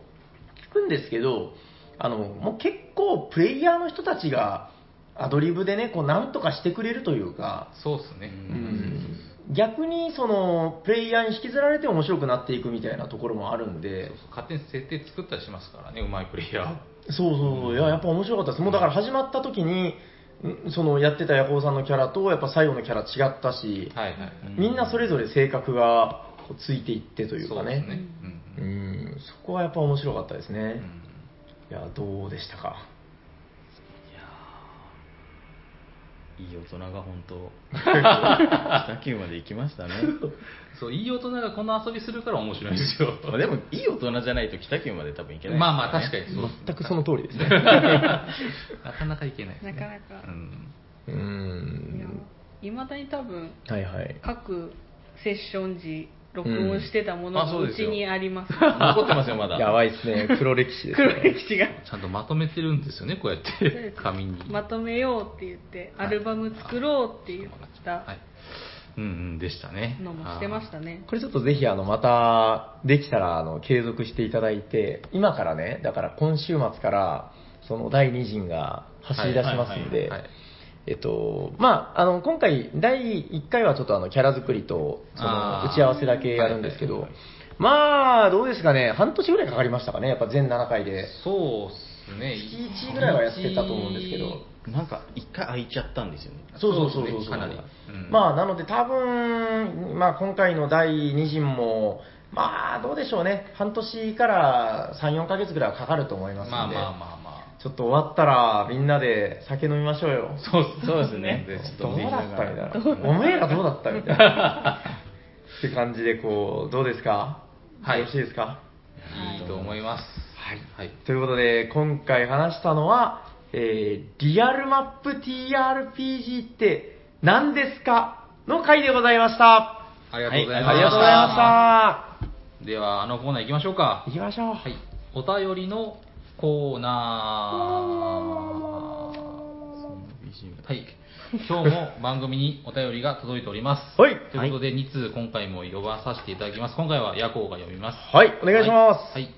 Speaker 3: 聞くんですけど、あの、もう結構プレイヤーの人たちがアドリブでね、こうなんとかしてくれるというか、
Speaker 4: そうですね。
Speaker 3: うん逆にそのプレイヤーに引きずられて面白くなっていくみたいなところもあるんで
Speaker 4: そうそう勝手に設定作ったりしますからね、うまいプレイヤーは。
Speaker 3: そうそうそういややっぱ面白かったですもうだから始まった時にんそのやってたヤコウさんのキャラとやっぱ最後のキャラ違ったし、
Speaker 4: はいはい。
Speaker 3: みんなそれぞれ性格がこうついていってという
Speaker 4: そ
Speaker 3: か
Speaker 4: うです
Speaker 3: ね
Speaker 4: ね。
Speaker 3: う
Speaker 4: うん
Speaker 3: んそこはやっぱ面白かったですね、
Speaker 4: うん
Speaker 3: いやどうでしたか
Speaker 2: いい大人が本当、北九まで行きましたね。
Speaker 4: そう、いい大人がこの遊びするから面白いんですよ。
Speaker 2: まあでも、いい大人じゃないと北九まで多分行けないですからね、
Speaker 4: まあまあ、確かにそうですね
Speaker 3: 全くその通りですね
Speaker 4: なかなかいけないですね。
Speaker 1: なかなか
Speaker 4: うん
Speaker 3: うーん
Speaker 1: いまだに多分
Speaker 3: はいはい
Speaker 1: 各セッション時録音してたもの
Speaker 2: うんあ
Speaker 1: が
Speaker 2: そう
Speaker 1: う
Speaker 2: です
Speaker 1: ち
Speaker 2: よ
Speaker 1: にあります。
Speaker 2: 残ってますよ、まだ。
Speaker 3: やばいですね黒歴史です
Speaker 1: 黒
Speaker 3: ね
Speaker 1: 歴史が。
Speaker 4: ちゃんとまとめてるんですよね、こうやって。紙に。
Speaker 1: まとめようって言って、アルバム作ろうって言っ
Speaker 4: は
Speaker 1: た
Speaker 4: い。うんうん、でしたね。
Speaker 1: のもしてましたね。
Speaker 3: これちょっとぜひあのまたできたらあの継続していただいて今からねだから今週末からその第2陣が走り出しますん
Speaker 4: はい
Speaker 3: で
Speaker 4: はいはいはい
Speaker 3: えっとまああの今回第1回はちょっとあのキャラ作りとそ
Speaker 4: あ
Speaker 3: の打
Speaker 4: ー
Speaker 3: ち合わせだけやるんですけど
Speaker 4: はいはいはい
Speaker 3: まあどうですかね半年ぐらいかかりましたかねやっぱ全7回
Speaker 4: あー
Speaker 3: で
Speaker 4: そうっすですね。
Speaker 3: 月1ぐらいはやってたと思うんですけど。
Speaker 2: なんか一回空いちゃったんですよね。
Speaker 3: そうそうそうそう
Speaker 4: そうですねかなりうん
Speaker 3: まあなので多分、まあ、今回の第2陣もまあどうでしょうね半年から34ヶ月ぐらいはかかると思います
Speaker 4: まあ
Speaker 3: ので、
Speaker 4: まあまあま
Speaker 3: ちょっと終わったらみんなで酒飲みましょうよ
Speaker 4: あ。そうっ
Speaker 2: そうですね
Speaker 4: でちょっと
Speaker 3: どう
Speaker 4: 飲み
Speaker 3: だ
Speaker 4: な
Speaker 3: っ
Speaker 4: が
Speaker 3: た
Speaker 4: ら
Speaker 3: みたいなおめえらどうだったみたいな って感じでこうどうですか、
Speaker 4: はい
Speaker 3: よろしいですか
Speaker 4: いいと思います。はい。
Speaker 3: ということで、今回話したのは、えーリアルマップ TRPG って何ですかの回でございました。
Speaker 4: ありがとうございました。
Speaker 3: ありがとうございまし
Speaker 4: では、あのコーナー行きましょうか
Speaker 3: た。。行きましょう。
Speaker 4: はい。お便りのコーナー。はい。今日も番組にお便りが届いております。
Speaker 3: はい
Speaker 4: ということで、2通今回も呼ばさせていただきます。今回は夜行が呼びます。
Speaker 3: はい、お願いします。
Speaker 4: はい。はい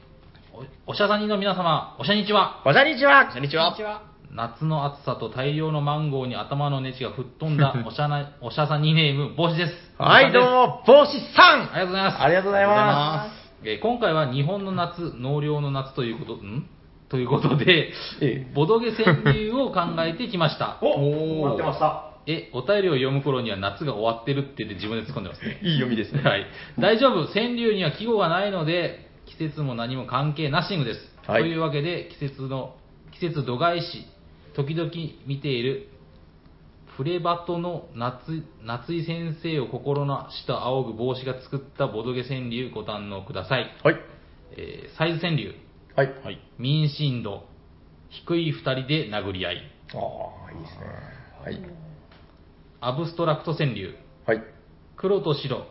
Speaker 4: おおしゃさにの皆様、おしゃにちは。
Speaker 3: おじゃにちは。
Speaker 2: にちは。
Speaker 4: 夏の暑さと大量のマンゴーに頭のネジが吹っ飛んだ おしゃな、おしゃさにネーム、帽子です。
Speaker 3: はい、どう
Speaker 4: も。
Speaker 3: も、帽子さん
Speaker 4: ありがとうございます。
Speaker 3: ありがとうございま
Speaker 4: えー今回は日本の夏、納涼の夏ということ、んということで
Speaker 3: ええ、
Speaker 4: ボドゲ川柳を考えてきました
Speaker 3: す。。お待ってました。
Speaker 4: え、お便りを読む頃には夏が終わってるって言って自分で突っ込んでますね。
Speaker 3: いい読みですね。
Speaker 4: はい。大丈夫、川柳には季語がないので、季節も何も関係ナッシングです。
Speaker 3: はい
Speaker 4: というわけで、季節の、季節度外視、時々見ている、プレバトの夏夏井先生を心の下仰ぐ帽子が作ったボドゲ川柳ご堪能ください。
Speaker 3: はい。
Speaker 4: えーサイズ川柳、
Speaker 3: はい。
Speaker 2: はい。
Speaker 4: 民進度、低い二人で殴り合い、
Speaker 3: ああ、いいですね。はい。
Speaker 4: アブストラクト川柳、
Speaker 3: はい。
Speaker 4: 黒と白、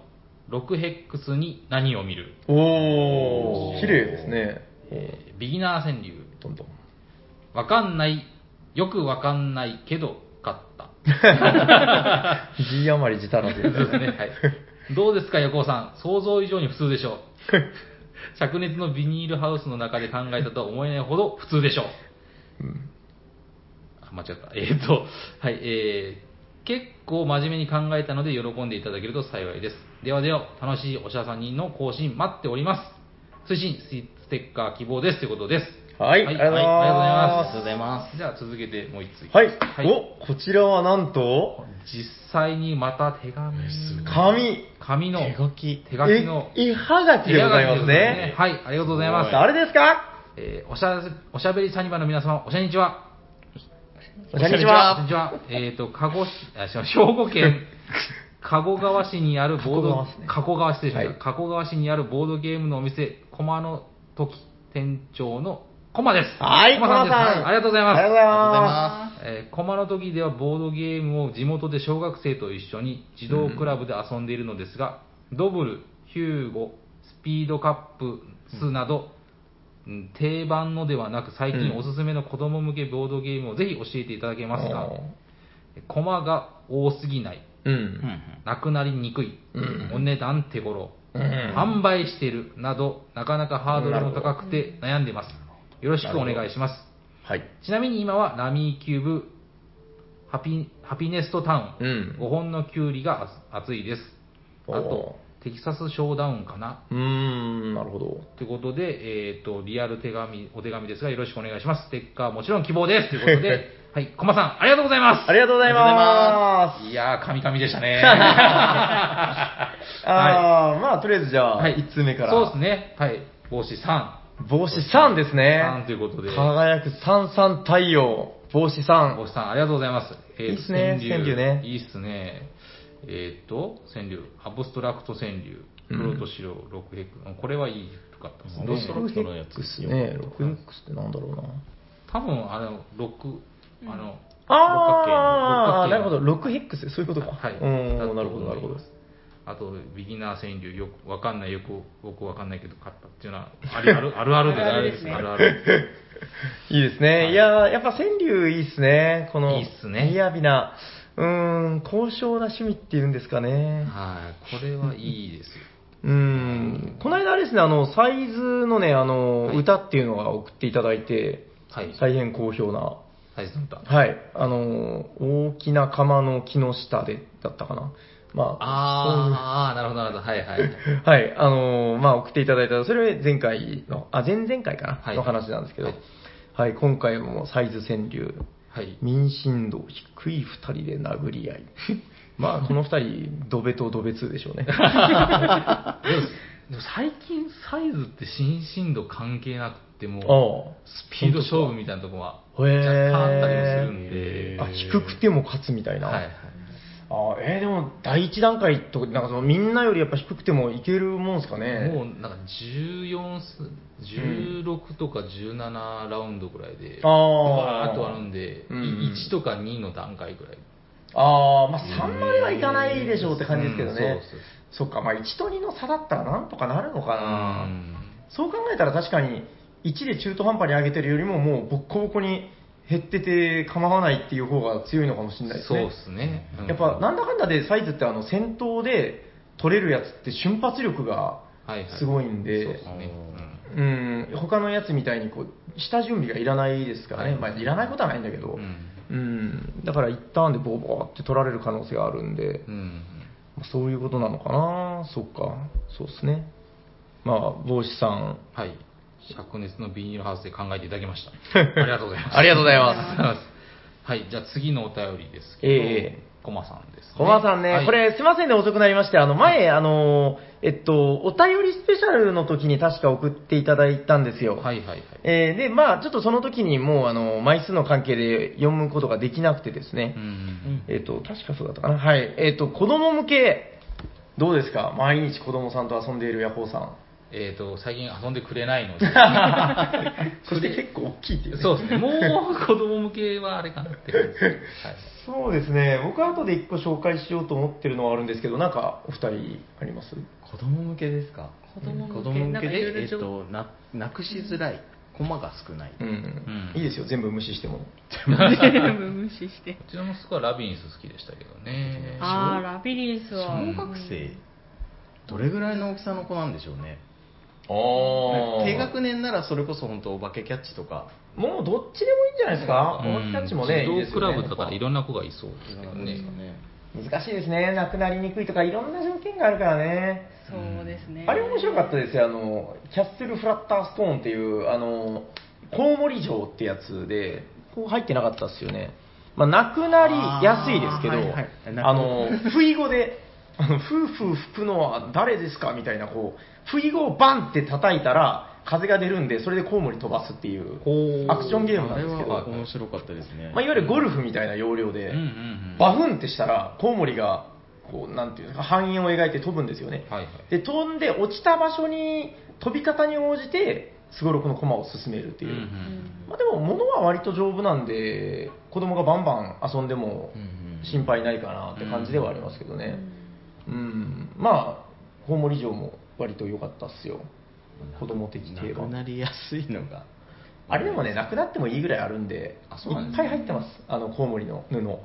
Speaker 4: 6ヘックスに何を見る、
Speaker 3: おー、綺麗ですね。
Speaker 4: えービギナー川柳、
Speaker 3: どんどん。
Speaker 4: わかんない、よくわかんないけど、勝った。
Speaker 3: G 余り自足らず。
Speaker 4: そうです ね。はい。どうですか、ヤコウさん。想像以上に普通でしょう。灼熱のビニールハウスの中で考えたとは思えないほど普通でしょう。
Speaker 3: うん
Speaker 4: あ間違った。 えーっ、と、はい、えー、結構真面目に考えたので喜んでいただけると幸いです。ではでは、楽しいおしゃさんにの更新待っております。推進ステッカー希望ですということです。
Speaker 3: はいありがとうございます
Speaker 4: ありがとうございます。じゃあ続けてもう一つ。
Speaker 3: はい。お、こちらはなんと、
Speaker 4: 実際にまた手紙。
Speaker 3: 紙。
Speaker 4: 紙の
Speaker 2: 手書き
Speaker 4: 手書きの
Speaker 3: え絵はがきでございますね。
Speaker 4: はい、ありがとうございます。
Speaker 3: 誰ですか
Speaker 4: えーおしゃ、おしゃべりサニバの皆様、おしゃにちは。
Speaker 3: こんにち
Speaker 4: こん
Speaker 3: は。
Speaker 4: に ちは。えっ、と、鹿児市、あ、すいません兵庫県、加古川市にあるボード、加古川市です
Speaker 3: はい
Speaker 4: ね。加古川市にあるボードゲームのお店、駒の時店長の駒です。
Speaker 3: はい、コマ
Speaker 4: 駒さ
Speaker 3: さ
Speaker 4: ん
Speaker 3: ん。
Speaker 4: です。はいありがとうございます。
Speaker 3: ありがとうございま
Speaker 4: えー、駒の時ではボードゲームを地元で小学生と一緒に児童クラブで遊んでいるのですが、ドブル、ヒューゴ、スピードカップスなど、うん定番のではなく最近おすすめの子供向けボードゲームをぜひ教えていただけますか、駒が多すぎない、
Speaker 3: う
Speaker 2: うん
Speaker 3: ん。
Speaker 4: なくなりにくい、お値段手頃、
Speaker 3: うん
Speaker 4: 販売しているなど、なかなかハードルも高くて悩んでます。よろしくお願いします。
Speaker 3: はい。
Speaker 4: ちなみに今はラミーキューブハピハピネストタウン、
Speaker 3: うん
Speaker 4: 5本のキュウリが熱いです。あと
Speaker 3: お、
Speaker 4: テキサスショーダウンかな
Speaker 3: うーん、なるほど。
Speaker 4: ということで、えっ、と、リアル手紙、お手紙ですが、よろしくお願いします。ステッカーもちろん希望です。というこ とで、はい、コマさん、ありがとうございます。
Speaker 3: ありがとうございま
Speaker 4: いやー、神々でしたね。
Speaker 3: す。あー、まあ、とりあえずじゃあ、1通目から。
Speaker 4: そうですね。はい、帽子3。
Speaker 3: 帽子さんですね。
Speaker 4: さんということで
Speaker 3: 輝く三三太陽。帽子さん。
Speaker 4: 帽子さん、ありがとうございます。えー
Speaker 3: いいっすね川柳ね
Speaker 4: いいっすね。えーっと、川柳、アブストラクト川柳、黒と白、六ヘク、これはいいかったですね。
Speaker 2: どうした人のや
Speaker 3: ロック
Speaker 2: つ
Speaker 3: スね。ロックスってなんだろうな。
Speaker 4: 多分、あの、六、あの、
Speaker 3: ああ、
Speaker 4: 六角形の
Speaker 3: なるほど。6ヘックス、そういうことか。
Speaker 4: はい。
Speaker 3: うん
Speaker 4: だ、と
Speaker 3: なるほど、なるほ
Speaker 4: 思
Speaker 3: ど
Speaker 4: います。あと、ビギナー川柳、よくわかんない、よく、よくわかんないけど、勝ったっていうのは、あり ある、あるあるで、
Speaker 1: あるあるですね
Speaker 4: あるある。
Speaker 3: いいですね。いやーやっぱ川柳いいですね。この、
Speaker 4: いいっすね
Speaker 3: 雅な、うーん、高尚な趣味っていうんですかね。
Speaker 4: はい。これはいいですよ。
Speaker 3: うーん。この間あれですね、あの、サイズのね、あの、
Speaker 4: はい
Speaker 3: 歌っていうのが送っていただいて、
Speaker 4: はい。
Speaker 3: 大変好評な。
Speaker 4: 大切な歌。
Speaker 3: はい。あの、大きな釜の木の下で、だったかな。まあ、
Speaker 4: あーあー、なるほど、なるほど。はいはい。
Speaker 3: はい、あのーまあ、送っていただいた、それ前回の、あ、前々回かな、
Speaker 4: はい
Speaker 3: の話なんですけど、
Speaker 4: はい
Speaker 3: はい、今回もサイズ川柳、
Speaker 4: はい。
Speaker 3: 民進度低い2人で殴り合い。 まあ、この2人、ドベとドベ2でし ょうね。
Speaker 4: でも最近サイズって心身度関係なくても
Speaker 3: あ
Speaker 4: スピード勝負みたいなとこは
Speaker 3: へ
Speaker 4: 若
Speaker 3: ー
Speaker 4: 干あったりもするん
Speaker 2: へ
Speaker 4: で、
Speaker 3: あ。あ、低くても勝つみたいな。
Speaker 4: はいはい、
Speaker 3: あえーでも第一段階となんかそのみんなよりやっぱ低くてもいけるもんですかね
Speaker 4: もうなんか14す16とか17ラウンドぐらいで
Speaker 3: あー
Speaker 4: わーっとあるんで、
Speaker 3: うん
Speaker 4: 1とか2の段階ぐらい
Speaker 3: ああまあ3まではいかないでしょうって感じですけどね、
Speaker 4: うんそうそう
Speaker 3: そっかまあ1と2の差だったらなんとかなるのかな、
Speaker 4: うん
Speaker 3: そう考えたら確かに1で中途半端に上げてるよりももうボッコボコに減ってて構わないっていう方が強いのかもしれないです
Speaker 4: そう
Speaker 3: ね
Speaker 4: ですね、うん
Speaker 3: やっぱなんだかんだでサイズってあの先頭で取れるやつって瞬発力が
Speaker 4: はいは
Speaker 3: すごいんで、
Speaker 4: そうですね、うん
Speaker 3: うん、他のやつみたいにこう下準備がいらないですからね、
Speaker 4: はい
Speaker 3: まあ、いらないことはないんだけど、
Speaker 4: うん
Speaker 3: うんだから一旦でボーボーって取られる可能性があるんで、
Speaker 4: うん
Speaker 3: まあそういうことなのかな、そっか、そうですね、まあ、帽子さん、
Speaker 4: はい灼熱のビニールハウスで考えていただきまし たありがとうございます
Speaker 3: ありがとうござい
Speaker 4: ありがとうございますはいじゃあ次のお便りですけど、
Speaker 3: ええ
Speaker 4: コマさんです、ね、
Speaker 3: コマさんね、
Speaker 4: はい
Speaker 3: これ、すいませんね、遅くなりまして、あの前、あのえっと、お便りスペシャルの時に確か送っていただいたんですよ。
Speaker 4: はいはいはい
Speaker 3: えーで、まあ、ちょっとその時にもう、あの、枚数の関係で読むことができなくてですね、
Speaker 4: うん
Speaker 3: えっ、と、確かそうだったかな。はい。えっ、と、子供向け、どうですか毎日子供さんと遊んでいるヤホーさん。
Speaker 4: えっ、と最近遊んでくれな いので
Speaker 3: そして結構大きいっていう、ね。
Speaker 4: そうですねもう子供向けはあれかなって感じです、はい、
Speaker 3: そうですね。僕は後で一個紹介しようと思ってるのはあるんですけど、なんかお二人あります
Speaker 2: 子供向けですか
Speaker 1: 子供向け
Speaker 2: 子供向け
Speaker 1: なんかいろいろ
Speaker 2: で、えっと、ななくしづらいコマが少ない、
Speaker 3: うん、
Speaker 4: う
Speaker 3: い
Speaker 4: ん
Speaker 3: いですよ。全部無視しても。
Speaker 1: 全部 無視して
Speaker 4: うちの息子はラビリンス好きでしたけどね
Speaker 1: あーラビリンスは
Speaker 2: 小学生どれぐらいの大きさの子なんでしょうね
Speaker 3: あ
Speaker 2: 低学年ならそれこそ本当お化けキャッチとか
Speaker 3: もうどっちでもいいんじゃないですか、
Speaker 4: うん
Speaker 3: おもちゃっちもね、いいで
Speaker 4: 児
Speaker 3: す
Speaker 4: 童
Speaker 3: よ
Speaker 4: クラブ
Speaker 3: ね
Speaker 4: だからいろんな子がいそうですけど
Speaker 2: なん
Speaker 4: ね
Speaker 2: ですかね
Speaker 3: 難しいですね、なくなりにくいとか、いろんな条件があるからね。
Speaker 1: そうですね
Speaker 3: あれ面白かったですよ、あの、キャッスルフラッターストーンっていう、あの、コウモリ城ってやつで、こう入ってなかったですよね。まあ、なくなりやすいですけど、
Speaker 2: あ
Speaker 3: あ,、
Speaker 2: ーはいはい
Speaker 3: の、不意語で、あの、夫婦吹くのは誰ですかみたいな、こう、不意語をバンって叩いたら、風が出るんで、それでコウモリ飛ばすっていう、アクションゲームなんですけど、
Speaker 2: あれは面白かったですね、
Speaker 3: まあ、いわゆるゴルフみたいな要領で、
Speaker 4: うんうんうん
Speaker 3: バフンってしたら、コウモリが、こう、なんていうんですか、半円を描いて飛ぶんですよね。
Speaker 4: はいはい
Speaker 3: で、飛んで落ちた場所に、飛び方に応じて、すごろくの駒を進めるっていう。
Speaker 4: うんう
Speaker 1: うん
Speaker 4: ん
Speaker 3: まあでも、物は割と丈夫なんで、子供がバンバン遊んでも
Speaker 2: うんうん
Speaker 3: 心配ないかなって感じではありますけどね。うん。まあ、コウモリ城も割と良かったっすよ。子供的に言え
Speaker 2: な
Speaker 3: ば
Speaker 2: く。なりやすいのが
Speaker 3: あれでもね、なくなってもいいぐらいあるんで、
Speaker 4: あそうなん
Speaker 3: い
Speaker 4: で
Speaker 3: っ
Speaker 4: す
Speaker 3: ぱ
Speaker 4: ね
Speaker 3: い入ってます。あの、コウモリの布。
Speaker 2: はいはいは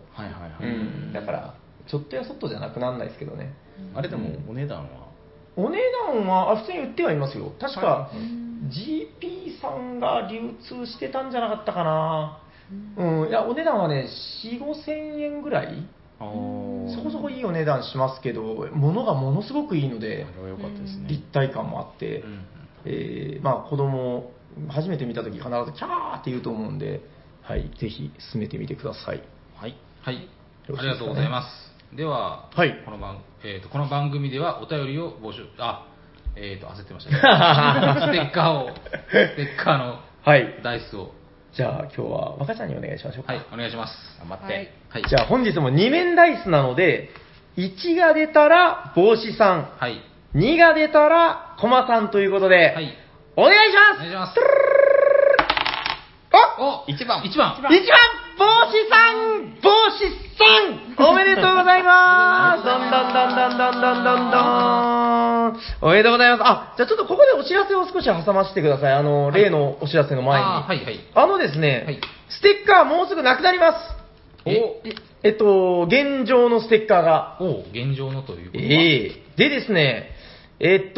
Speaker 2: い、
Speaker 3: うん、だから、ちょっとやそっとじゃなくならないですけどね。
Speaker 2: あれでもお値段は
Speaker 3: お値段は、あ普通に売ってはいますよ。確か
Speaker 2: は、
Speaker 3: GP さんが流通してたんじゃなかったかな。うん、いや、お値段はね、4、5千円ぐらい
Speaker 2: あー
Speaker 3: そこそこいいお値段しますけど、物がものすごくいいの
Speaker 2: あれ
Speaker 3: で、
Speaker 2: は良かったですね、
Speaker 3: 立体感もあって
Speaker 4: う、ん
Speaker 3: えーまあ子供、初めて見たとき必ずキャーって言うと思うんで、はい、ぜひ進めてみてください。
Speaker 2: はい
Speaker 4: はい
Speaker 3: よろしいですかね
Speaker 4: ありがとうございますでは、
Speaker 3: はい
Speaker 4: この番えー、とこの番組ではお便りを募集あえっ、と焦ってましたねステッカーをステッカーの
Speaker 3: はい、
Speaker 4: ダイスを
Speaker 3: じゃあ今日は若ちゃんにお願いしましょうか。
Speaker 4: はいお願いします
Speaker 2: 頑張って、
Speaker 1: はい
Speaker 4: はい
Speaker 3: じゃあ本日も2面ダイスなので、1が出たら帽子さん、
Speaker 4: はい
Speaker 3: 2が出たらコマさんということで、
Speaker 4: はい
Speaker 3: お願いし
Speaker 4: お
Speaker 3: ま
Speaker 4: 願い
Speaker 3: す
Speaker 4: します
Speaker 3: あ
Speaker 4: お一番一番
Speaker 3: 一番帽子さん帽子さんおめでとうござい ますどんどんどんどんどんどんどんどんおめでとうございますあ、じゃあちょっとここでお知らせを少し挟ませてください。あの、例のお知らせの前に。
Speaker 4: あーはいはい
Speaker 3: あのですね、
Speaker 4: はい
Speaker 3: ステッカーもうすぐなくなります。
Speaker 4: え
Speaker 3: えっと、現状のステッカーが。
Speaker 4: お現状のということは
Speaker 3: ええでですね、えっ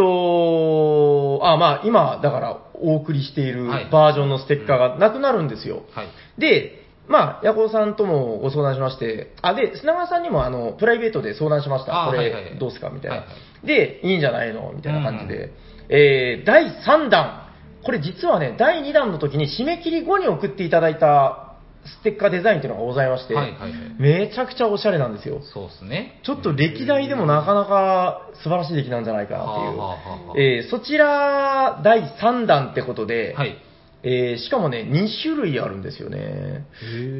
Speaker 3: と、あ、まあ今、だからお送りしている
Speaker 4: はい
Speaker 3: バージョンのステッカーがなくなるんですよ。
Speaker 4: はい
Speaker 3: で、まあ、ヤコウさんともご相談しまして、あ、で、砂川さんにもあの、プライベートで相談しました。
Speaker 4: あー
Speaker 3: こ
Speaker 4: はいは
Speaker 3: れ
Speaker 4: い、
Speaker 3: どうすかみたいな、
Speaker 4: はいは
Speaker 3: で、いいんじゃないのみたいな感じで。
Speaker 4: うんう
Speaker 3: えー、第3弾、これ実はね、第2弾の時に締め切り後に送っていただいたステッカーデザインというのがございまして、
Speaker 4: はいはいはい
Speaker 3: めちゃくちゃおしゃれなんですよ。
Speaker 4: そうですね。
Speaker 3: ちょっと歴代でもなかなか素晴らしい出来なんじゃないかなっていう。
Speaker 4: はあはあはあはあ
Speaker 3: えーそちら第3弾ってことで、
Speaker 4: はい。
Speaker 3: えーしかもね、2種類あるんですよね。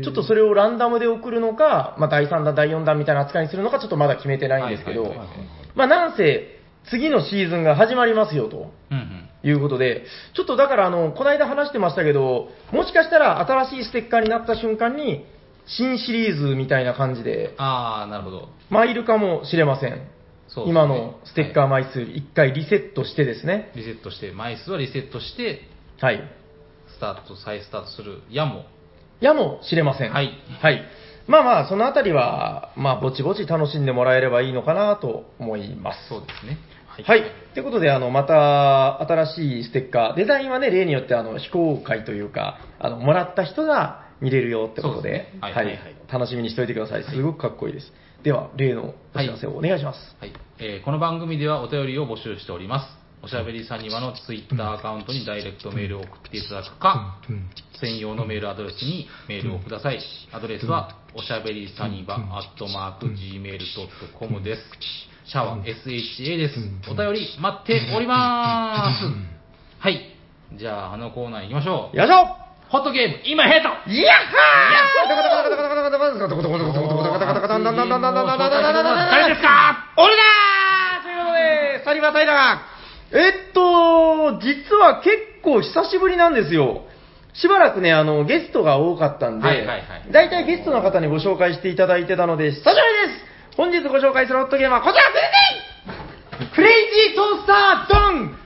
Speaker 3: ちょっとそれをランダムで送るのか、まあ、第3弾、第4弾みたいな扱いにするのか、ちょっとまだ決めてないんですけど
Speaker 4: はいはいはいはい、
Speaker 3: まあ、なんせ、次のシーズンが始まりますよと。
Speaker 4: うんうん。
Speaker 3: いうことで、ちょっとだから、あの、この間話してましたけど、もしかしたら新しいステッカーになった瞬間に、新シリーズみたいな感じで、
Speaker 4: ああ、なるほど。
Speaker 3: まあ、いるかもしれません。
Speaker 4: そうですね
Speaker 3: 今のステッカー
Speaker 4: は
Speaker 3: 枚数、一回リセットしてですね。
Speaker 4: いリセットして、枚数はリセットして、
Speaker 3: はい。
Speaker 4: スタート、再スタートするやも。
Speaker 3: やもしれません。
Speaker 4: はい
Speaker 3: はい。まあまあ、そのあたりは、まあ、ぼちぼち楽しんでもらえればいいのかなと思います。
Speaker 4: そうですね。
Speaker 3: はい。ということで、あの、また、新しいステッカー、デザインはね、例によって、あの、非公開というか、あの、もらった人が見れるよってことで、
Speaker 4: そうですねはいはいはい
Speaker 3: 楽しみにしておいてください。すごくかっこいいです。では、例のお知らせをお願いします。
Speaker 4: はい、えーこの番組ではお便りを募集しております。おしゃべりさんにはのツイッターアカウントにダイレクトメールを送っていただくか、専用のメールアドレスにメールをください。アドレスは、おしゃべりさにば、アットマーク、gmail.com です。シャワー、SHA です。お便り待っております。はい。じゃあ、あのコーナー行きましょう。
Speaker 3: よいしょ
Speaker 4: ホットゲーム、今ヘッド
Speaker 3: いやっは
Speaker 4: 誰ですか
Speaker 3: 俺だーということで、サニバタイラえっと、実は結構久しぶりなんですよ。しばらくね、あの、ゲストが多かったんで、
Speaker 4: はいはいはい
Speaker 3: 大体ゲストの方にご紹介していただいてたので、久しぶりです本日ご紹介するホットゲームはこちらプレゼンクレイジートースタードン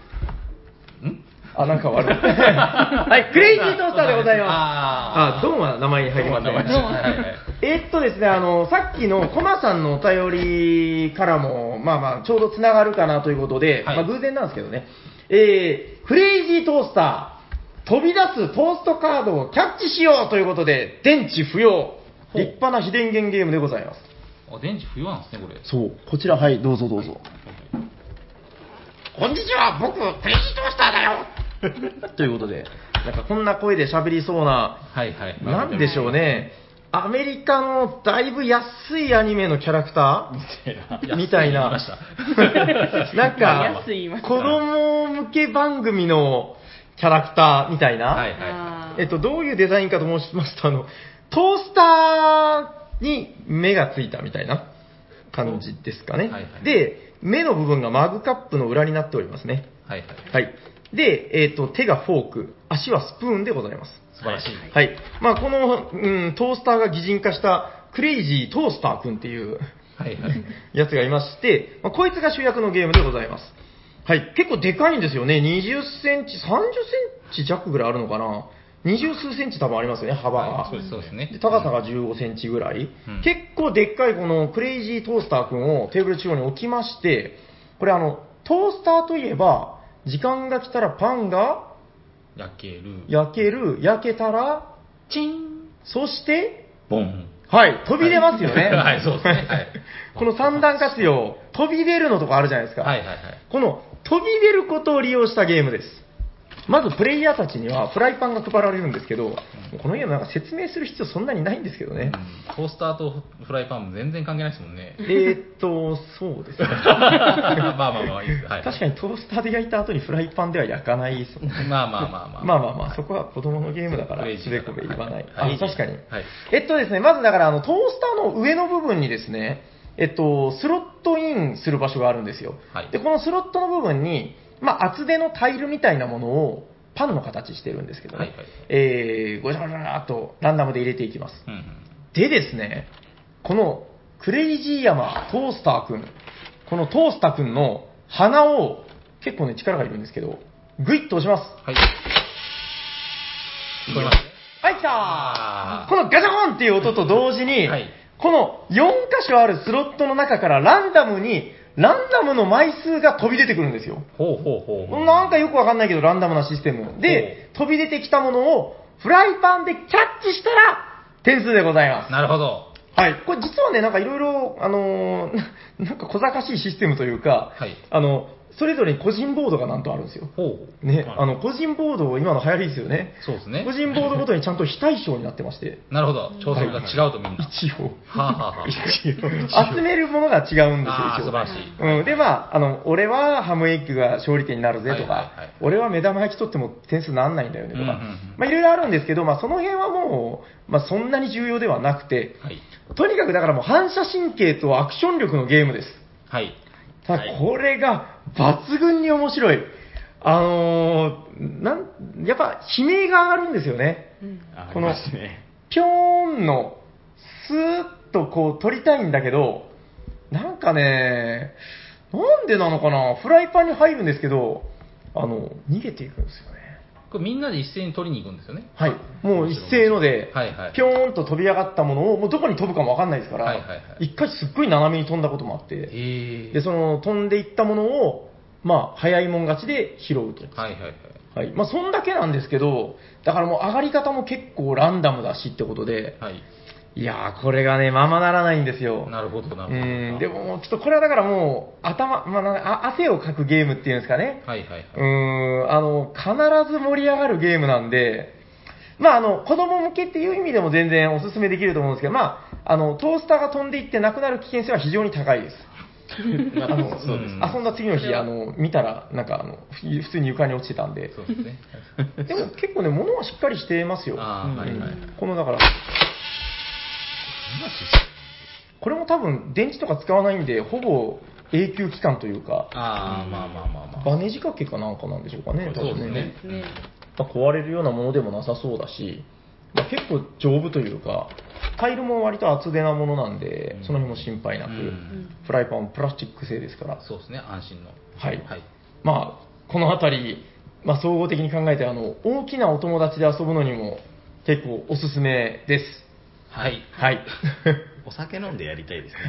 Speaker 3: あ、なんか悪い。はい、クレイジートースターでございます。
Speaker 4: あー
Speaker 3: あ、ドンは名前に入りません。
Speaker 4: ドンは名前にはいはい
Speaker 3: えっとですね、あの、さっきのコマさんのお便りからも、まあまあ、ちょうどつながるかなということで、
Speaker 4: はい
Speaker 3: まあ偶然なんですけどね、えー、クレイジートースター、飛び出すトーストカードをキャッチしようということで、電池不要、
Speaker 4: ほう
Speaker 3: 立派な非電源ゲームでございます。
Speaker 4: あ、電池不要なんですね、これ。
Speaker 3: そう、こちら、はい、どうぞどうぞ。こんにちは、僕、クレイジートースターだよ ということで、なんかこんな声で喋りそうな、
Speaker 4: はいはい。
Speaker 3: なんでしょうね、アメリカのだいぶ安いアニメのキャラクターみたいな、なんか
Speaker 1: 安い言いまし、た
Speaker 3: 子供向け番組のキャラクターみたいな、
Speaker 4: はいはいは
Speaker 1: あー
Speaker 3: えっと、どういうデザインかと申しますと、あの、トースターに目がついたみたいな感じですかね。
Speaker 4: はいはい
Speaker 3: で、目の部分がマグカップの裏になっておりますね。
Speaker 4: い。はいはい。
Speaker 3: はい。で、えっと、手がフォーク、足はスプーンでございます。
Speaker 4: 素晴らしい。
Speaker 3: はい。まあ、この、うん、トースターが擬人化したクレイジートースターくんっていう
Speaker 4: はいはい。
Speaker 3: やつがいまして、まあ、こいつが主役のゲームでございます。はい。結構でかいんですよね。20センチ、30センチ弱ぐらいあるのかな。20数センチ多分ありますよね、幅が。
Speaker 4: はいそうですそうですね
Speaker 3: で高さが15センチぐらい、
Speaker 4: うん
Speaker 3: 結構でっかいこのクレイジートースターくんをテーブル中央に置きまして、これあの、トースターといえば、時間が来たらパンが
Speaker 4: 焼ける。
Speaker 3: 焼ける、焼けたら、
Speaker 4: チン。
Speaker 3: そして、
Speaker 4: ボン。
Speaker 3: はい、飛び出ますよね。
Speaker 4: はい、そうですね。はい。
Speaker 3: この三段活用、飛び出るのとかあるじゃないですか。
Speaker 4: はいはいはい。
Speaker 3: この飛び出ることを利用したゲームです。まずプレイヤーたちにはフライパンが配られるんですけど、このゲームなんか説明する必要そんなにないんですけど
Speaker 4: うん
Speaker 3: ね。。
Speaker 4: トースターとフライパンも全然関係ないですもんね
Speaker 3: えーっと、そうですね。
Speaker 4: まあまあまあ、いいです。はい。
Speaker 3: 確かにトースターで焼いた後にフライパンでは焼かないですもんね。
Speaker 4: まあまあまあまあ。
Speaker 3: まあまあまあ、そこは子供のゲームだから、
Speaker 4: クレイジ
Speaker 3: つ
Speaker 4: ー
Speaker 3: べ
Speaker 4: だか
Speaker 3: こ
Speaker 4: ら
Speaker 3: べ言わない。
Speaker 4: は
Speaker 3: あ、
Speaker 4: い
Speaker 3: 確かに。
Speaker 4: はい
Speaker 3: えっとですね、まずだから、あの、トースターの上の部分にですね、えっと、スロットインする場所があるんですよ。
Speaker 4: はい
Speaker 3: で、このスロットの部分に、まあ、厚手のタイルみたいなものを、パンの形してるんですけどね、
Speaker 4: はいはい
Speaker 3: えー、ごちゃごちゃごちゃっとランダムで入れていきます。
Speaker 4: うんうん。
Speaker 3: でですね、このクレイジー山トースターくん、このトースターくんの鼻を、結構ね、力がいるんですけど、グイッと押します。
Speaker 4: はい。聞こえます
Speaker 3: はい、来た
Speaker 4: あー
Speaker 3: このガチャコンっていう音と同時に、
Speaker 4: はい
Speaker 3: この4箇所あるスロットの中からランダムに、ランダムの枚数が飛び出てくるんですよ。
Speaker 4: ほうほうほう。
Speaker 3: なんかよくわかんないけど、ランダムなシステム。で、飛び出てきたものを、フライパンでキャッチしたら、点数でございます。
Speaker 4: なるほど。
Speaker 3: はい、これ実はね、なんかいろいろ、あのーななんか小賢しいシステムというか、
Speaker 4: はい
Speaker 3: あの、それぞれに個人ボードがなんとあるんですよ。
Speaker 4: ほう。
Speaker 3: ね、
Speaker 4: はい
Speaker 3: あの、個人ボード、今の流行りですよね。
Speaker 4: そうですね
Speaker 3: 個。人ボードごとにちゃんと非対称になってまして、
Speaker 4: なるほど。調査が違うとみんな。
Speaker 3: 一応。
Speaker 4: はあ、はあはあ、
Speaker 3: 集めるものが違うんですよ
Speaker 4: あー
Speaker 3: 一応
Speaker 4: 素晴らしい
Speaker 3: うん、でまああの俺はハムエッグが勝利点になるぜとか、
Speaker 4: はいはいはい
Speaker 3: 俺は目玉焼き取っても点数なんないんだよねとか、
Speaker 4: うんうんうん
Speaker 3: まあいろいろあるんですけど、まあ、その辺はもう、まあ、そんなに重要ではなくて
Speaker 4: はい。
Speaker 3: とにかくだからもう反射神経とアクション力のゲームです
Speaker 4: はい。
Speaker 3: ただこれが抜群に面白いあのーなんやっぱ悲鳴が上がるんですよね
Speaker 1: うん
Speaker 2: あ
Speaker 3: こ
Speaker 2: こ
Speaker 3: の
Speaker 2: のですね。
Speaker 3: ぴょーんの、スーッとこう撮りたいんだけど、なんかね、なんでなのかな、フライパンに入るんですけど、あの、逃げていくんですよね。
Speaker 4: これみんなで一斉に取りに行くんですよね。
Speaker 3: はい。もう一斉ので、
Speaker 4: はいはい
Speaker 3: ぴょーんと飛び上がったものを、もうどこに飛ぶかもわかんないですから、
Speaker 4: はいはいはい
Speaker 3: 一回すっごい斜めに飛んだこともあって、
Speaker 4: へえ
Speaker 3: で、その飛んでいったものを、まあ、早いもん勝ちで拾うと。
Speaker 4: はいはいはい。
Speaker 3: はい。まあ、そんだけなんですけど、だからもう上がり方も結構ランダムだしってことで、
Speaker 4: はい。
Speaker 3: いやー、これがね、ままならないんですよ。
Speaker 4: なるほど、な
Speaker 3: う
Speaker 4: る
Speaker 3: ん、
Speaker 4: ほど。
Speaker 3: でも、ちょっとこれはだからもう、頭、まあな、あ汗をかくゲームっていうんですかね。
Speaker 4: はいはいはい。
Speaker 3: うーん、あの、必ず盛り上がるゲームなんで、まあ、あの、子供向けっていう意味でも全然おすすめできると思うんですけど、まあ、あの、トースターが飛んでいってなくなる危険性は非常に高い です。あの
Speaker 4: そうですね
Speaker 3: 遊んだ次の
Speaker 1: そ
Speaker 3: 日、
Speaker 1: れは
Speaker 3: あの、見たら、なんか、あの、ふ普通に床に落ちてたんで。
Speaker 4: そうですね。
Speaker 3: でも結構ね、物はしっかりしてますよ。
Speaker 4: ああ、はいはいは
Speaker 3: う
Speaker 4: い。
Speaker 3: んこのだから、これも多分電池とか使わないんで、ほぼ永久期間というか、
Speaker 4: ああ、まあまあまあまあ。
Speaker 3: バネ仕掛けかなんかなんでしょうかね、多
Speaker 4: そう
Speaker 3: 分
Speaker 4: ですね。
Speaker 1: ね
Speaker 3: まあ壊れるようなものでもなさそうだし、まあ、結構丈夫というか、タイルも割と厚手なものなんで、その辺も心配なく、
Speaker 4: うん
Speaker 3: フライパンもプラスチック製ですから、
Speaker 4: そうですね、安心の。
Speaker 3: はい
Speaker 4: はい。
Speaker 3: まあ、この辺り、まあ、総合的に考えてあの、大きなお友達で遊ぶのにも結構おすすめです。
Speaker 4: はい。
Speaker 3: はい。
Speaker 2: お酒飲んでやりたいですね。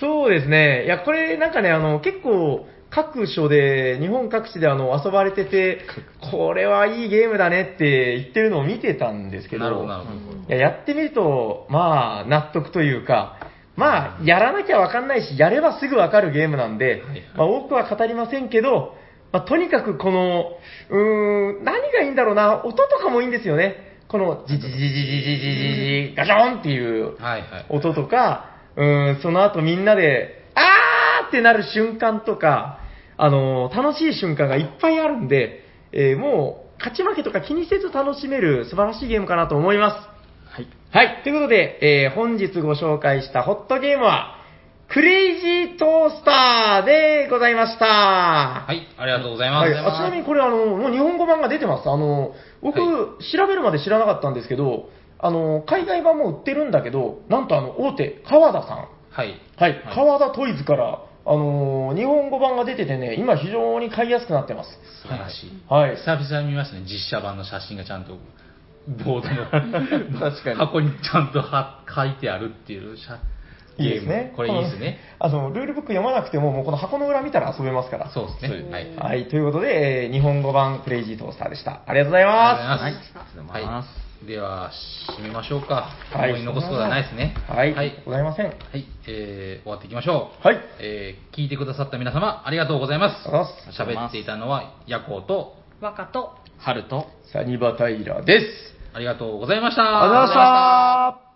Speaker 3: そうですね。いや、これなんかね、あの、結構、各所で、日本各地であの遊ばれてて、これはいいゲームだねって言ってるのを見てたんですけど、
Speaker 4: なるほど、なるほ
Speaker 3: いややってみると、まあ、納得というか、まあ、やらなきゃわかんないし、やればすぐわかるゲームなんで、まあ、多くは語りませんけど、まあ、とにかくこの、うーん、何がいいんだろうな、音とかもいいんですよね。この、ジジジジジジジジジ、ガチョンっていう
Speaker 4: ど。はいはい。
Speaker 3: 音とか、うーん、その後みんなで、あーってなる瞬間とか、あのー楽しい瞬間がいっぱいあるんで、えーもう、勝ち負けとか気にせず楽しめる素晴らしいゲームかなと思います。はい。はい。ということで、えー本日ご紹介したホットゲームは、クレイジートースターでございました。
Speaker 4: は
Speaker 3: はい。
Speaker 4: い、ありがとうございま
Speaker 3: あ
Speaker 4: す。
Speaker 3: ちなみにこれ、あの、もう日本語版が出てます。あの、僕、
Speaker 4: はい
Speaker 3: 調べるまで知らなかったんですけど、あの、海外版も売ってるんだけど、なんとあの、大手、川田さん。
Speaker 4: はい。
Speaker 3: はい、川田トイズから、あのー日本語版が出ててね、今非常に買いやすくなってます。
Speaker 4: 素晴らしい。
Speaker 3: はい。
Speaker 4: 久々に見ましたね、実写版の写真がちゃんと、ボードの
Speaker 2: 確かに
Speaker 4: 箱にちゃんとは書いてあるっていう写
Speaker 3: いいですね。
Speaker 4: これいいですね。
Speaker 3: あの、ルールブック読まなくても、もうこの箱の裏見たら遊べますから。
Speaker 4: そうですね。はい。
Speaker 3: はい、ということで、えー日本語版クレイジートースターでした。ありがとうござい
Speaker 4: あ
Speaker 3: ま
Speaker 4: りがとうございます。はい。では、締めましょうか。思い残すことはないですね。
Speaker 3: す。はい、
Speaker 4: はい。
Speaker 3: ございません。はい。
Speaker 4: はい。えー終わっていきましょう。
Speaker 3: ありがと
Speaker 4: えー聞いてくださった皆様、ありがとうございます
Speaker 3: う。ございます。
Speaker 4: 喋っていたのは、ヤコウと、
Speaker 1: 若と
Speaker 2: 春と
Speaker 3: サニバタイラです。
Speaker 4: ありがとうございました。
Speaker 3: ありがとうございました。